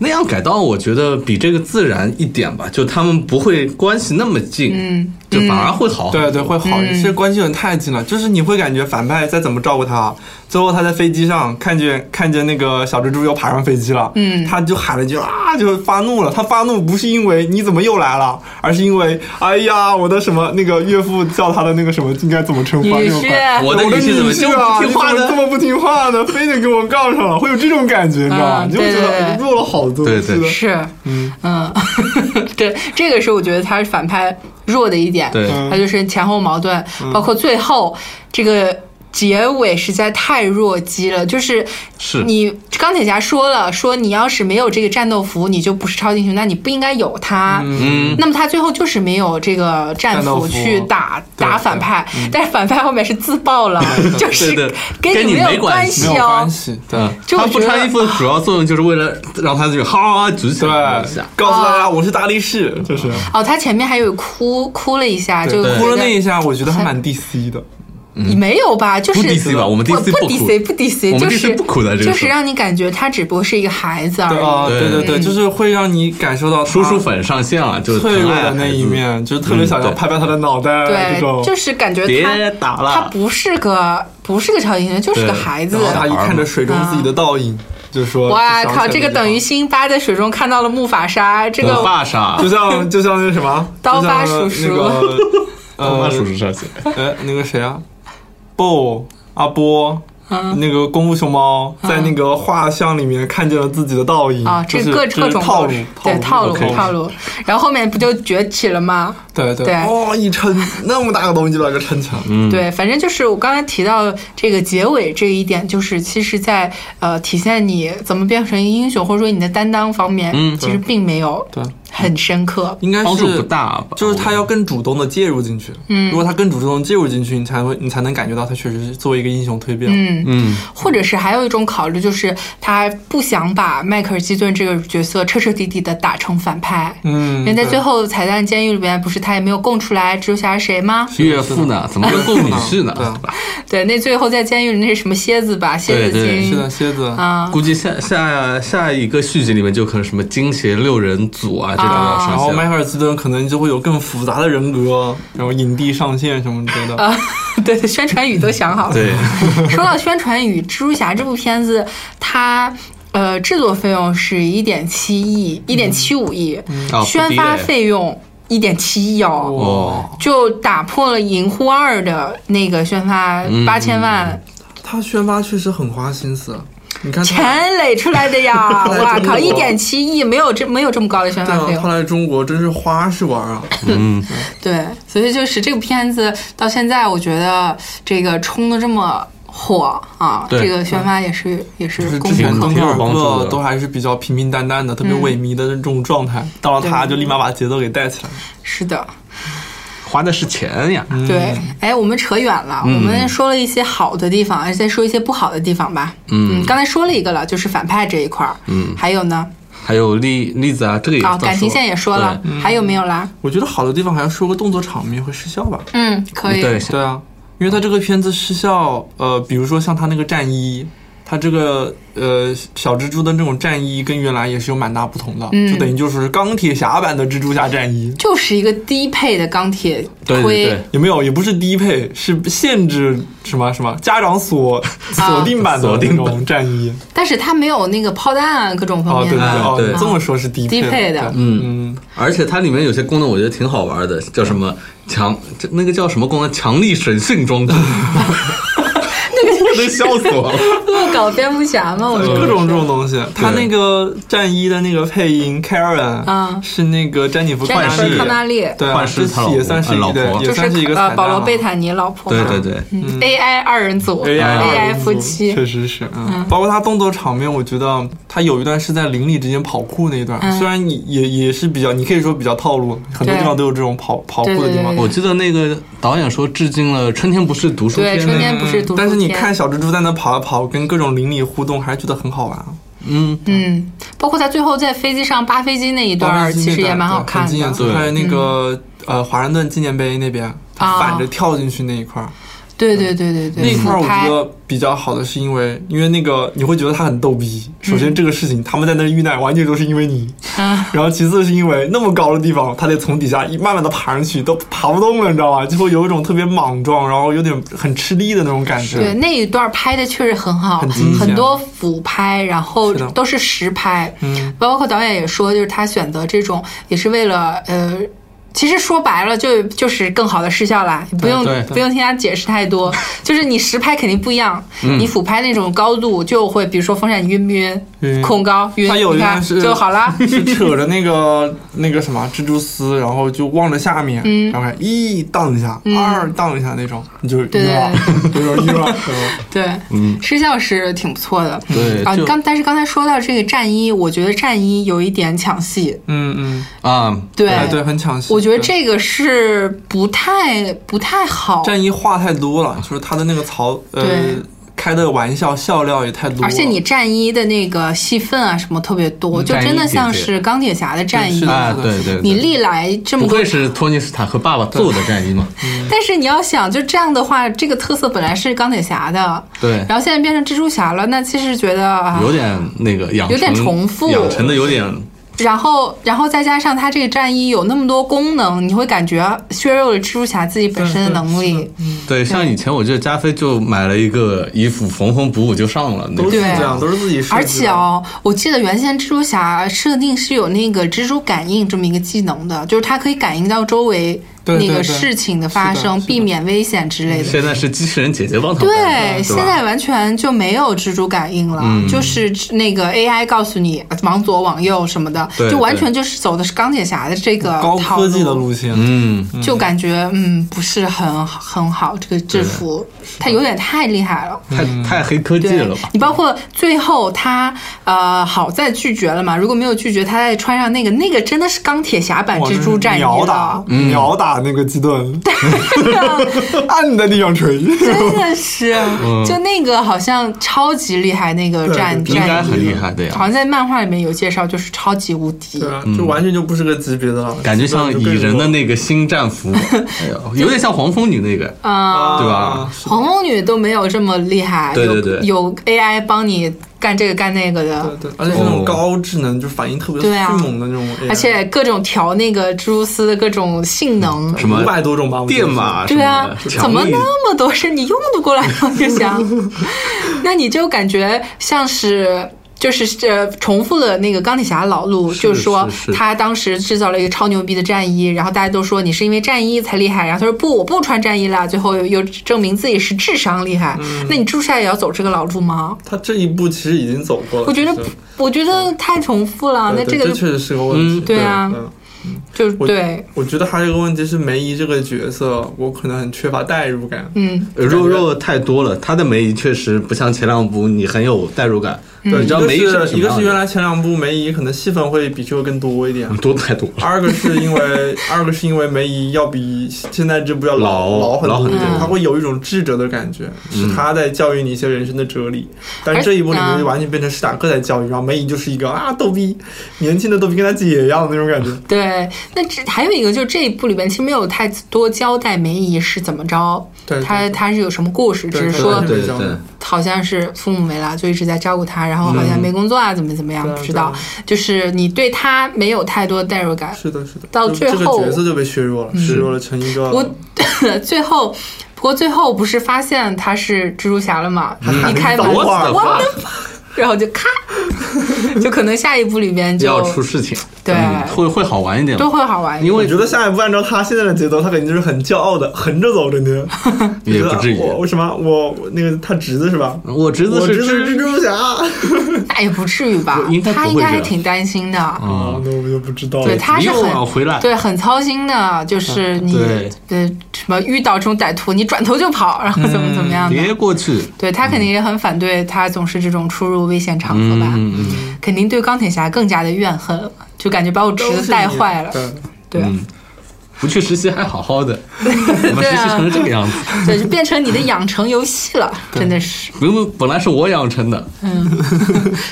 S2: 那样改到，我觉得比这个自然一点吧，就他们不会关系那么近，嗯，就反而会
S1: 哦
S2: 好很多。
S3: 对对，会好。一些关系有点太近了，就是你会感觉反派再怎么照顾他，最后他在飞机上看见看见那个小蜘蛛又爬上飞机了，嗯，他就喊了一句啊，就发怒了。他发怒不是因为你怎么又来了，而是因为哎呀，我的什么那个岳父叫他的那个什么应该怎么称呼啊？
S1: 女
S3: 这种
S1: 婿
S3: 快
S2: 我的
S3: 我
S2: 女
S3: 的
S2: 婿怎么就
S3: 啊
S2: 不听话
S3: 你怎么这
S2: 呢？
S3: 么不听话呢？非得给我杠上了，会有这种感觉，你知道吧？
S1: 嗯
S3: 你就会觉
S1: 对对
S3: 得哎
S1: 对
S3: 弱了好多。
S2: 对对
S3: 是的
S1: 是，
S3: 嗯
S1: 嗯， 对，这个是我觉得他是反派弱的一点，
S2: 对
S3: 嗯
S1: 他就是前后矛盾，包括最后这个结尾实在太弱鸡了，就是
S2: 是
S1: 你钢铁侠说了，说你要是没有这个战斗服，你就不是超级英雄，那你不应该有他，
S2: 嗯，
S1: 那么他最后就是没有这个战
S3: 战斗
S1: 服
S3: 服
S1: 去打
S3: 对
S1: 打反派，但是反派后面是自爆了，就是
S2: 对对
S1: 跟
S2: 跟
S1: 你
S2: 你
S1: 没
S2: 没
S1: 有
S2: 关
S1: 关
S2: 系
S1: 系
S3: 没有
S1: 哦
S3: 关，系，对。
S2: 嗯，
S1: 就我
S2: 他不
S1: 觉得
S2: 穿衣服的主要作用就是为了让他这个哈哈举起
S3: 对
S2: 来一
S1: 啊
S2: 下，，
S3: 告诉大家我是大力士，就是
S1: 哦，他前面还有哭哭了一下，就
S3: 对
S1: 觉
S3: 哭了
S1: 得
S3: 那一下，我觉得还蛮 DC 的。
S1: 没有吧？就是
S2: 嗯不 DC 吧我们 DC
S1: 不
S2: 不哭
S1: DC 不 DC，
S2: 我们
S1: 就
S2: DC
S1: 是
S2: 不哭的这个
S1: 就是
S2: 事
S1: 让你感觉他只不过是一个孩子而
S3: 对啊，
S1: 已。
S2: 对
S3: 对对对，就是会让你感受到他
S2: 叔叔粉上线了，就是
S3: 脆
S2: 疼
S3: 弱
S2: 爱
S3: 的那一
S2: 孩子。
S3: 面，就是特别想要
S2: 嗯对
S3: 拍拍他的脑袋这种。
S1: 对，就是感觉
S2: 别
S1: 他
S2: 打
S1: 他
S2: 了，
S1: 不是个不是个超级英雄，就是个
S2: 对
S1: 孩子
S3: 然。后他一看着水中自己的倒影，就说：“
S1: 哇
S3: 就想起来
S1: 靠，这个
S3: 地方
S1: 等于辛巴在水中看到了木法沙，这
S2: 我
S1: 个
S2: 爸啥
S3: 就？像就像那什么，
S1: 刀疤
S3: 就像
S1: 叔叔
S3: 那个
S2: 我爸
S3: 呃
S2: 叔叔上线，
S3: 呃那个谁啊，Bo 阿波。”
S1: 嗯
S3: 那个功夫熊猫在那个画像里面看见了自己的倒影
S1: 啊，
S3: 就
S1: 嗯这
S3: 是
S1: 各
S3: 这
S1: 各
S3: 是
S1: 种
S3: 套
S1: 都
S3: 路
S1: 是，对套路
S2: OK
S1: 套路。然后后面不就崛起了吗？
S3: 对对
S1: 对
S3: 哇、一撑 那么大个东西就把它给撑起来了。
S2: 嗯
S1: 对，反正就是我刚才提到这个结尾这一点，就是其实在呃体现你怎么变成一个英雄，或者说你的担当方面，
S2: 嗯
S1: 其实并没有
S3: 对
S1: 很深刻。
S3: 应该是
S2: 帮助不大吧
S3: 就是他要更主动的介入进去。嗯，如果他更主动地介入进去，你才会你才能感觉到他确实是作为一个英雄蜕变。嗯，
S2: 嗯，
S1: 或者是还有一种考虑，就是他不想把迈克尔基顿这个角色彻彻底底的打成反派。
S3: 嗯
S1: 因为在最后彩蛋监狱里边，不是他也没有供出来蜘蛛侠是谁吗？
S2: 岳父呢？怎 么跟供女婿呢？
S3: 对
S2: 是吧
S1: 对，那最后在监狱里那是什么蝎子吧，蝎
S2: 对
S1: 子
S2: 对
S1: 精
S3: 是的，蝎子。
S1: 啊，
S2: 估计下下下一个续集里面就可能什么惊邪六人组啊这种要
S3: 然
S2: 上
S3: 后
S2: 线
S3: 迈
S2: 了。
S3: 克尔·基顿可能就会有更复杂的人
S2: 嗯
S3: 格，然后影帝上线什么之类的。
S1: 对，宣传语都想 好了。
S2: 对，
S1: 说到宣传语，《蜘蛛侠》这部片子，它呃制作费用是一点七亿，一
S3: 嗯
S1: 点七五亿，
S2: 哦
S1: 宣发费用一点七亿哦。
S2: 哦，
S1: 就打破了《银护二》的那个宣发八千万，
S3: 他宣发确实很花心思，你看他
S1: 钱垒出来的呀！
S3: 来
S1: 哇
S3: 中
S1: 靠，
S3: 国
S1: 一点七亿没有这没有这么高的宣
S3: 对
S1: 发费
S3: 啊，
S1: 用
S3: 他。来中国真是花式玩啊！
S2: 嗯
S1: 对，所以就是这个片子到现在，我觉得这个冲的这么火啊，
S2: 对
S1: 这个宣发也是也
S3: 嗯就是是
S1: 功
S3: 之
S1: 不
S3: 前
S1: 可
S3: 敦
S1: 没
S2: 挺
S3: 刻
S2: 有
S3: 尔
S2: 帮助
S3: 克
S2: 的
S3: 都还是比较平平淡淡的，特别萎靡的这种状态，到了他就立马把节奏给带起来。
S1: 是的，
S2: 花的是钱呀。
S1: 对。哎，我们扯远了，我们说了一些好的地方，哎再说一些不好的地方吧。嗯，刚才说了一个了，就是反派这一块儿。嗯，还有呢？
S2: 还有例例子啊，这个也
S1: 啊，
S2: 算
S1: 感情
S2: 说
S1: 线也说了，还有没有啦？
S3: 我觉得好的地方还要说个动作场面和失效吧。
S1: 嗯，可以。
S2: 对，
S3: 对啊，因为他这个片子失效，呃，比如说像他那个战衣，他这个呃小蜘蛛的那种战衣跟原来也是有蛮大不同的，
S1: 嗯
S3: 就等于就是钢铁侠版的蜘蛛侠战衣。
S1: 就是一个低配的钢铁
S2: 对对
S1: 盔
S2: 对，
S3: 有没有？也不是低配，是限制什么什么家长锁
S1: 啊
S3: 锁定版的
S2: 锁
S3: 那
S2: 定版
S3: 种战衣。
S1: 但是它没有那个炮弹啊，各种方
S3: 哦，
S1: 面
S3: 对对
S1: 的。
S2: 啊
S3: 哦，
S2: 对
S3: 这么说是低
S1: 低配的
S3: 对嗯，
S2: 而且它里面有些功能我觉得挺好玩的，叫什么强，这那个叫什么功能？强力审讯装置，
S1: 那个就是
S2: 那笑死我了。
S1: 恶搞蝙蝠侠嘛，我觉得
S3: 各种这种东西。他
S2: 对
S3: 那个战衣的那个配音 Karen，
S1: 嗯
S3: 是那个詹妮弗·
S1: 詹
S3: 宽
S1: 妮弗
S3: 妮
S1: 康纳利，
S3: 对啊，
S2: 幻视
S3: 这
S2: 他老
S3: 也
S2: 婆
S3: 算是
S2: 呃
S3: 一
S2: 老
S3: 对
S2: 婆
S3: 也
S1: 就是
S3: 算是一个
S1: 呃
S3: 彩蛋啊
S1: 保罗·
S3: 嘛
S1: 贝塔尼老婆
S2: 对
S1: 嘛，
S2: 对对，
S1: 嗯，AI 二人组
S3: AI 二
S1: AI
S3: 人
S1: 夫
S3: 组
S1: 妻，
S3: 确实是，嗯，包括他动作场面，我觉得他有一段是在邻里之间跑酷那一
S1: 嗯
S3: 段，虽然也也也是比较，你可以说比较套路，很多
S1: 对
S3: 地方都有这种跑跑酷的地方
S1: 对。
S2: 我记得那个导演说致敬了《春天不是读书
S1: 对
S2: 篇》
S1: 春
S2: 那
S1: 天不是读书
S3: 但是你
S1: 片
S3: 看小蜘蛛在那跑啊跑，跟各种邻里互动，还是觉得很好玩。啊
S1: 嗯，包括他最后在飞机上扒飞机那一段
S3: 当
S1: 儿，
S3: 时那
S1: 其实也
S3: 段
S1: 蛮好
S3: 对
S1: 看
S3: 很惊艳
S1: 的。
S3: 最后还有那个呃华盛顿纪念碑那边，
S1: 哦
S3: 他反着跳进去那一块儿，
S1: 对对对对对，
S3: 那一块儿我
S1: 拍
S3: 觉得比较好的是因为，因为那个你会觉得他很逗逼。首先这个事情，他们在那儿遇难完全都是因为你，
S1: 嗯
S3: 然后其次是因为那么高的地方，他得从底下一慢慢的爬上去，都爬不动了，你知道吧？就会有一种特别莽撞，然后有点很吃力的那种感
S1: 对
S3: 觉。
S1: 那一段拍的确实很好，
S3: 很惊险
S1: 很多俯拍，然后
S3: 是的
S1: 都是实拍，
S3: 嗯
S1: 包括导演也说，就是他选择这种也是为了呃。其实说白了就就是更好的视效啦，不用
S2: 对对
S1: 不用听他解释太 多，就是你实拍肯定不一样，
S3: 嗯
S1: 你俯拍那种高度就会，比如说风扇晕不晕，
S3: 晕
S1: 恐高晕，
S3: 他有
S1: 你
S3: 一
S1: 看
S3: 段是。
S1: 就好啦
S3: 是扯着那个那个什么蜘蛛丝，然后就望着下面，
S1: 嗯
S3: 然后看一荡一下，二荡一下那种，你 就
S1: 对
S3: 晕了，有点晕了。
S1: 对，失效是挺不错的。
S2: 嗯对
S1: 啊
S2: 就，
S1: 刚但是刚才说到这个战衣，我觉得战衣有一点抢戏，
S3: 嗯嗯，
S2: 啊，
S1: 对
S3: 哎对，很抢戏。
S1: 我觉得
S3: 对
S1: 这个是不太不太好，
S3: 战衣话太多了，就是他的那个槽，呃
S1: 哦对，
S3: 开的玩笑笑料也太多了。
S1: 而且你战衣的那个戏份啊什么特别多，就
S2: 嗯战衣
S1: 真的
S2: 姐姐
S1: 像是钢铁侠的战
S3: 是
S1: 衣
S3: 的。
S2: 啊，对对，对
S1: 你历来这么
S2: 不
S1: 多
S2: 愧，是托尼斯塔克爸爸做的战 衣嘛？
S1: 但是你要想，就这样的话，这个特色本来是钢铁侠的，
S2: 对，
S1: 然后现在变成蜘蛛侠了，那其实觉得啊
S2: 有点那个养
S1: 有
S2: 成
S1: 点重复
S2: 养成的有点
S1: 然后，然后再加上他这个战衣有那么多功能，你会感觉削弱了蜘蛛侠自己本身的能力。
S3: 嗯
S2: 对。像以前我记得加菲就买了一个衣服，缝缝补补就上了，那
S3: 都
S2: 个
S3: 是
S1: 对
S3: 这样，都是自己设计的。
S1: 而且哦，我记得原先蜘蛛侠设定是有那个蜘蛛感应这么一个技能的，就是它可以感应到周围
S3: 对对
S1: 那个
S3: 对
S1: 事情的发
S3: 是的嗯
S1: 生，
S3: 是的
S1: 避免危险之类的。
S2: 现在是机器人姐姐帮他们干
S1: 对，
S2: 的，
S1: 现
S2: 吧
S1: 在完全就没有蜘蛛感应了，
S3: 嗯
S1: 就是那个 AI 告诉你往左往右什么的，
S2: 对
S1: 就完
S2: 对
S1: 全就是走的是钢铁侠的这个
S3: 高
S1: 套
S3: 科技的路线，
S2: 嗯，
S1: 就感觉嗯不是很很好，这个制服它有点太厉害了。
S2: 太太黑科技
S1: 对
S2: 了吧？
S1: 你包括最后他呃好在拒绝了嘛，如果没有拒绝，他再穿上那个那个真的是钢铁侠版
S3: 哇
S1: 蜘蛛战衣
S3: 秒打
S1: 了，，
S3: 秒打那个基 顿，按在地上锤。
S1: 真的是就那个好像超级厉害那个
S3: 对
S1: 战
S2: 嗯
S3: 对
S2: 应该
S1: 战
S2: 很
S1: 衣
S2: 厉，害的
S1: 好像
S2: 呀，
S1: 在漫画里面有介绍，就是超级无敌。
S3: 对啊，就完全就不是个级别的了，
S2: 感觉像蚁人的
S3: 那
S2: 那个新战服，哎呦，有点像黄蜂女那个，
S1: 啊，
S2: 对吧？
S1: 红红女都没有这么厉害，
S2: 对对
S1: 有
S2: 对
S1: 有 AI 帮你干这个干那个的，
S3: 对对，而且是那
S2: 哦
S3: 种高智能，就反应特别
S1: 对啊
S3: 迅猛的那种哎 AI，
S1: 而且各种调那个蜘蛛丝的各种性能，
S2: 什么
S3: 五百多种吧，我记得
S2: 电马
S1: 对啊，
S2: 什
S1: 怎么
S2: 的
S1: 那么多事？你用得过来吗？就想，那你就感觉像是就是这重复了那个钢铁侠老路，
S2: 是
S1: 就是说
S2: 是是
S1: 他当时制造了一个超牛逼的战衣，然后大家都说你是因为战衣才厉害，然后他说不，我不穿战衣了，最后又又证明自己是智商厉害。那你住下也要走这个老路吗？
S3: 他这一步其实已经走过了。
S1: 我觉得
S3: 其实，
S1: 我觉得太重复了。那
S3: 对
S1: 这
S3: 对
S1: 个
S3: 这确
S1: 就
S3: 实是个问题。
S2: 嗯
S1: 对啊
S3: 嗯
S1: 就
S3: 我
S1: 对，
S3: 我觉得还有一个问题是梅姨这个角色，我可能很缺乏代入感。
S1: 嗯，
S2: 呃肉肉太多了，他的梅姨确实不像前两部，你很有代入感。
S3: 对，
S2: 你知道梅
S3: 嗯一
S2: 姨
S3: 个
S2: 什
S3: 是
S2: 么
S3: 一个
S2: 样
S3: 是
S2: 的
S3: 原来前两部梅姨可能戏份会比这个更多 一点，
S2: 多太多了。
S3: 二个是因为二个是因为梅姨要比现在这部要老
S2: 老
S3: 很
S2: 老很嗯
S3: 多
S1: 多，
S3: 她会有一种智者的感觉，是她在教育你一些人生的哲理。但
S1: 而
S3: 这一部里面
S1: 嗯
S3: 就完全变成史塔克在教育，然后梅姨就是一个啊逗逼，年轻的逗逼跟她姐一样的那种感
S1: 嗯
S3: 觉。
S1: 对。那这还有一个，就是这一部里边其实没有太多交代梅姨是怎么着，
S3: 对对
S1: 她她是有什么故事，只
S3: 对
S1: 是
S3: 对
S1: 说
S3: 对
S2: 对对，
S1: 好像是父母没了，就一直在照顾他，然后好像没工作啊，怎么怎么样，
S3: 对啊
S1: 不知道。就是你对他没有太多代入感。
S3: 是的，是的，
S1: 到
S3: 就
S1: 最后嗯
S3: 这个角色就被削弱了，削弱了成一个。
S1: 我最后，不过最后不是发现他是蜘蛛侠了吗？一开门，
S3: 我
S2: 嗯，What the
S1: 我
S2: fuck？
S1: 然后就咔， 就可能下一部里边就
S2: 要出事情，
S1: 对
S2: 嗯会会好玩一点吧。
S1: 都会好玩。
S2: 因
S3: 我
S2: 为
S3: 觉得下一步按照他现在的节奏，他肯定就是很骄傲的横着走，整天
S2: 也不至于
S3: 觉啊得我为什么我我那个他侄子是吧？
S2: 我侄子
S3: 我侄
S2: 是
S3: 子是蜘
S2: 蜘
S3: 蛛侠，啊
S1: 那也不至于吧
S2: 我应该？不
S1: 他
S2: 会
S1: 应该
S2: 这
S1: 还
S2: 样
S1: 挺担心的，
S2: 啊
S3: 哦，，那我就不知道了。
S1: 对他是
S2: 又
S1: 很
S2: 要回来，嗯
S1: 对，很操心的。就是你
S2: 对
S1: 呃什么遇到这种歹徒，你转头就跑，然后怎
S2: 嗯
S1: 么怎么样的。
S2: 别过去。
S1: 对他肯定也很反对，他总是这种出入危险场合吧，
S2: 嗯嗯嗯
S1: 肯定对钢铁侠更加的怨恨了，就感觉把我侄
S3: 都是
S1: 子带
S3: 你
S1: 坏了。
S3: 对
S1: 对、
S2: 嗯，不去实习还好好 的，怎么
S1: 对
S2: 实习
S1: 啊
S2: 成了这个样子？
S1: 对，就变成你的养成游戏了，真的是。
S2: 明明本来是我养 成的，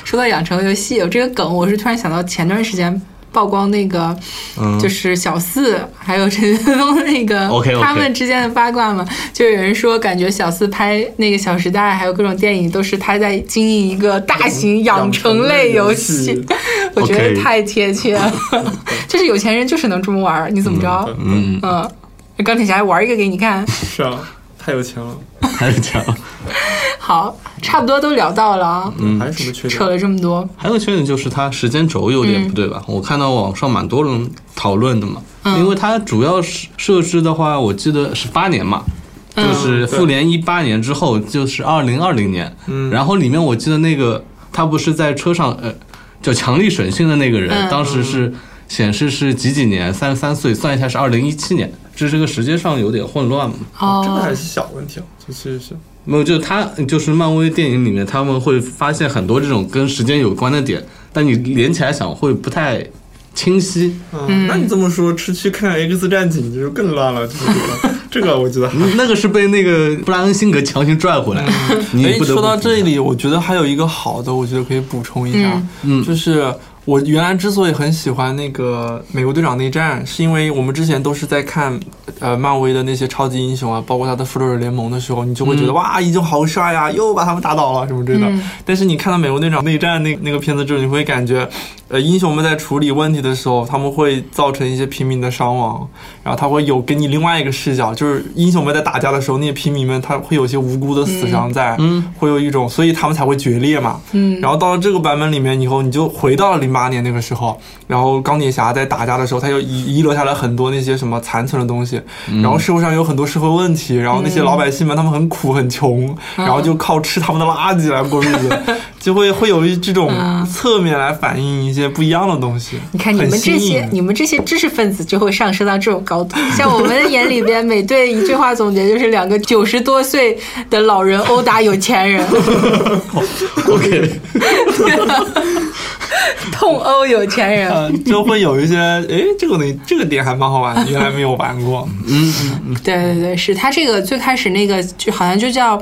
S1: 说到养成游戏，有这个梗，我是突然想到前段时间。曝光那个，
S2: 嗯
S1: 就是小四还有陈学冬那个
S2: OK，OK
S1: 他们之间的八卦嘛，就有人说感觉小四拍那个《小时代》还有各种电影都是他在经营一个大型养成类游戏，
S3: 养成类游戏
S1: 我觉得
S2: OK
S1: 太贴切 了，就是有钱人就是能这么玩儿，你怎么着？
S2: 嗯，
S1: 嗯，钢铁侠玩一个给你看。
S3: 是啊，太有钱了，
S2: 还是这样。
S1: 好，差不多都聊到了啊，
S2: 嗯
S3: 还有什么缺
S1: 扯
S3: 点？
S1: 了这么多，
S2: 还有个缺点就是它时间轴有
S1: 嗯
S2: 点不对吧？我看到网上蛮多人讨论的嘛，
S1: 嗯
S2: 因为它主要是设置的话，我记得是八年嘛。
S1: 嗯
S2: 就是复联一八年之后，就是二零二零年，然后里面我记得那个他不是在车上呃，就强力审讯的那个人，
S1: 嗯
S2: 当时是显示是几几年，三十三岁，算一下是二零一七年，这这个时间上有点混乱嘛。
S1: 哦，
S3: 这个还是小问题啊，这其实是
S2: 没有，就是他就是漫威电影里面他们会发现很多这种跟时间有关的点，但你连起来想会不太清晰。
S3: 嗯，那你这么说，吃去看 X 战警就更乱了，就是 这个这个我觉得还。
S2: 那个是被那个布莱恩辛格强行拽回来， 你
S3: 哎，
S2: 不得不
S3: 说到这
S2: 服
S3: 里，我觉得还有一个好的，我觉得可以补充一下，
S2: 嗯
S3: 就是我原来之所以很喜欢那个美国队长内战，是因为我们之前都是在看呃漫威的那些超级英雄啊，包括他的复仇者联盟的时候，你就会觉
S2: 嗯
S3: 得、哇，英雄好帅呀、又把他们打倒了什么之类的。但是你看到美国队长内战那那个片子之后，你会感觉，呃，英雄们在处理问题的时候，他们会造成一些平民的伤亡，然后他会有给你另外一个视角，就是英雄们在打架的时候，那些平民们他会有一些无辜的死伤在，
S2: 嗯
S3: 会有一种，所以他们才会决裂嘛。
S1: 嗯
S3: 然后到了这个版本里面以后，你就回到了零八年那个时候，然后钢铁侠在打架的时候，他又遗遗留下来很多那些什么残存的东西，
S2: 嗯
S3: 然后社会上有很多社会问题，然后那些
S1: 嗯
S3: 老百姓们他们很苦很穷，然后就靠吃他们的垃圾来过日子， 就会会有一这种侧面来反映一些不一样的东西。
S1: 嗯你看你们
S3: 很新
S1: 这
S3: 颖
S1: 些，你们这些知识分子就会上升到这种高度。像我们的眼里边，每对一句话总结就是两个九十多岁的老人殴打有钱人，
S2: ，OK，
S1: 痛殴有钱人。
S3: 呃，就会有一些，哎，这个东这个点还蛮好玩的，原来没有玩过。
S1: 对对对，是他这个最开始那个就好像就叫。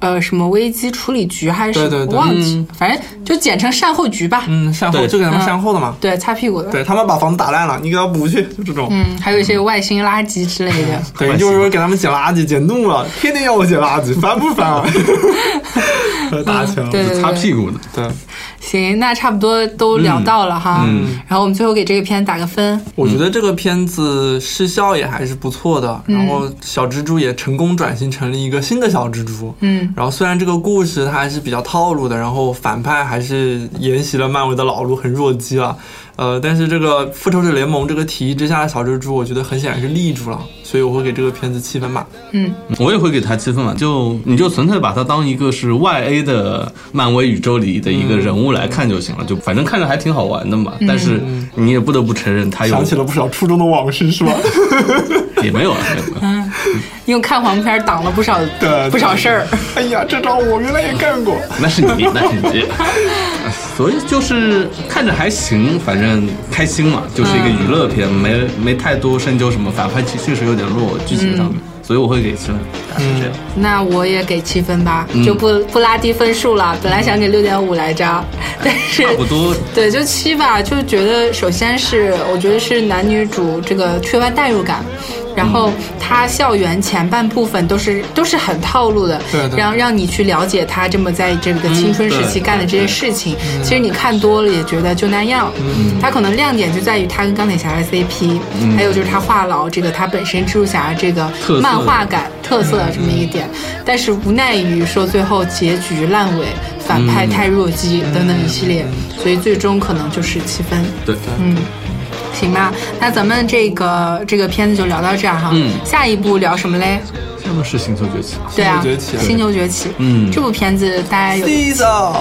S1: 呃，什么危机处理局还是
S3: 对对对
S1: 我忘记，反正就简称善后局吧。
S3: 嗯，善后
S2: 对
S3: 就给他们
S1: 嗯
S3: 善后的嘛。
S1: 对，擦屁股的。
S3: 对他们把房子打烂了，你给他补去，就这种。
S1: 嗯，还有一些外星垃圾之类的。
S3: 等于就是说给他们捡垃圾，捡怒了，天天要我捡垃圾，烦不烦啊？ 打起来
S1: 嗯
S3: 了，
S1: 对对
S2: 擦
S1: 对，
S2: 屁股的，
S3: 对，
S1: 行，那差不多
S3: 嗯
S1: 都聊到了哈。然后我们最后给这个片打个分。
S3: 我觉得这个片子视嗯效也还是不错的，然后小蜘蛛也成功转型成了一个新的小蜘蛛，
S1: 嗯，
S3: 然后虽然这个故事它还是比较套路的，然后反派还是沿袭了漫威的老路，很弱鸡了。呃，但是这个复仇者联盟这个提议之下的小蜘蛛，我觉得很显然是立住了，所以我会给这个片子七分满。
S2: 我也会给他七分嘛，就你就纯粹把他当一个是 Y A 的漫威宇宙里的一个人物来看就行了，就反正看着还挺好玩的嘛。但是你也不得不承认，他有
S3: 想 起了不少初中的往事，是吧？
S2: 也没有啊，没有啊
S1: 用看黄片挡了不少
S3: 对
S1: 不少事儿。
S3: 哎呀，这招我原来也干过。
S2: 那是你，那是你。所以就是看着还行，反正开心嘛，就是一个娱乐片，没没太多深究什么。反派其确实有点弱，剧情上面，所以我会给七分，大概是这样。
S1: 那我也给七分吧，
S2: 嗯
S1: 就不不拉低分数了。本来想给六点五来着，但是
S2: 啊差不多
S1: 对，就七吧，就觉得首先是我觉得是男女主这个缺乏代入感，然后
S2: 嗯
S1: 他校园前半部分都是都是很套路的，
S3: 对对
S1: 让让你去了解他这么在这个青春时期
S2: 嗯对嗯
S1: 干的这些事情，其实你看多了也觉得就那样。他可能亮点就在于他跟钢铁侠的 CP，、还
S2: 嗯
S1: 有就是他话痨这个他本身蜘蛛侠这个
S2: 特色
S1: 漫画感特色这么一个点，但是无奈于说最后结局烂尾，反派太弱鸡等等一系
S3: 嗯
S1: 列，所以最终可能就是七分。
S2: 对，
S1: 行吧，那咱们这个这个片子就聊到这儿哈。
S2: 嗯
S1: 下一步聊什么嘞？
S2: 下面是《星球崛起》。
S1: 对啊，
S3: 牛崛起
S1: 新牛崛起。
S2: 嗯
S1: 这部片子大家有
S3: Lisa，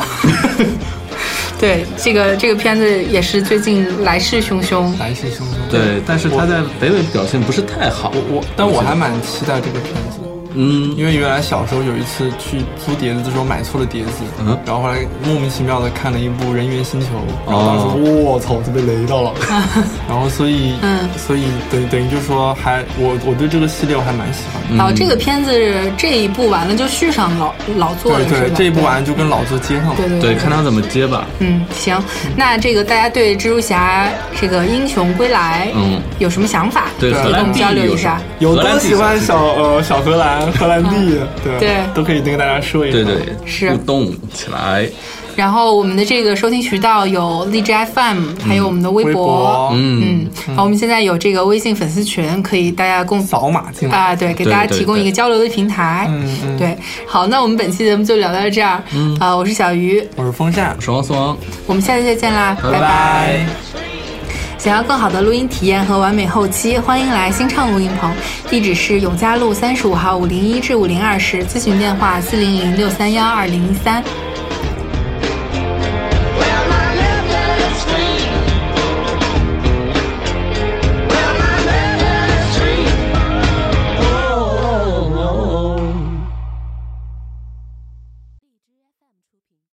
S1: 对这个这个片子也是最近来势汹汹。
S3: 来势汹汹。
S2: 对，但是他在北美表现不是太好。
S3: 我我，嗯但我还蛮期待这个片子的。
S2: 嗯，
S3: 因为原来小时候有一次去租碟子的时候买错了碟子，
S2: 嗯
S3: 然后后来莫名其妙的看了一部《人猿星球》，然后当
S2: 哦
S3: 时我操，就被雷到 了，然后所以，
S1: 嗯
S3: 所以等等于就说还我我对这个系列我还蛮喜欢的。
S1: 哦，这个片子这一部完了就续上老老作了，
S3: 对
S1: 是
S3: 对
S1: 吧，？
S3: 这一部完就跟老作接上了。
S1: 对对
S2: 对，看他怎么接吧。
S1: 嗯，行，那这个大家对蜘蛛侠这个英雄归来，
S2: 嗯
S1: 有什么想法？
S2: 对，
S1: 可以
S2: 荷
S1: 跟我
S2: 兰
S1: 们
S2: 弟
S1: 交流一
S2: 有什
S1: 下
S2: 么。？
S3: 有
S2: 荷兰
S3: 多
S2: 弟
S3: 喜欢
S2: 弟
S3: 小呃小荷兰荷兰弟，对
S1: 嗯对
S3: 都可以跟大家说一说。
S2: 对对对，
S1: 是
S2: 互动起来。
S1: 然后我们的这个收听渠道有荔枝 FM，还有我们的微
S3: 微博
S2: 嗯
S1: 嗯，好，我们现在有这个微信粉丝群，可以大家共
S3: 扫码进来，
S1: 啊，对，给大家
S2: 对对
S1: 提供一个
S2: 对
S1: 交流的平台。
S3: 嗯嗯
S1: 对，好，那我们本期节目就聊到这儿。嗯，啊，我是小鱼，
S3: 我是风扇，
S2: 双双，
S1: 我们下期再见啦，拜
S3: 拜。
S1: 想要更好的录音体验和完美后期，欢迎来新畅录音棚，地址是永嘉路三十五号五零一至五零二室，咨询电话四零零六三幺二零一三。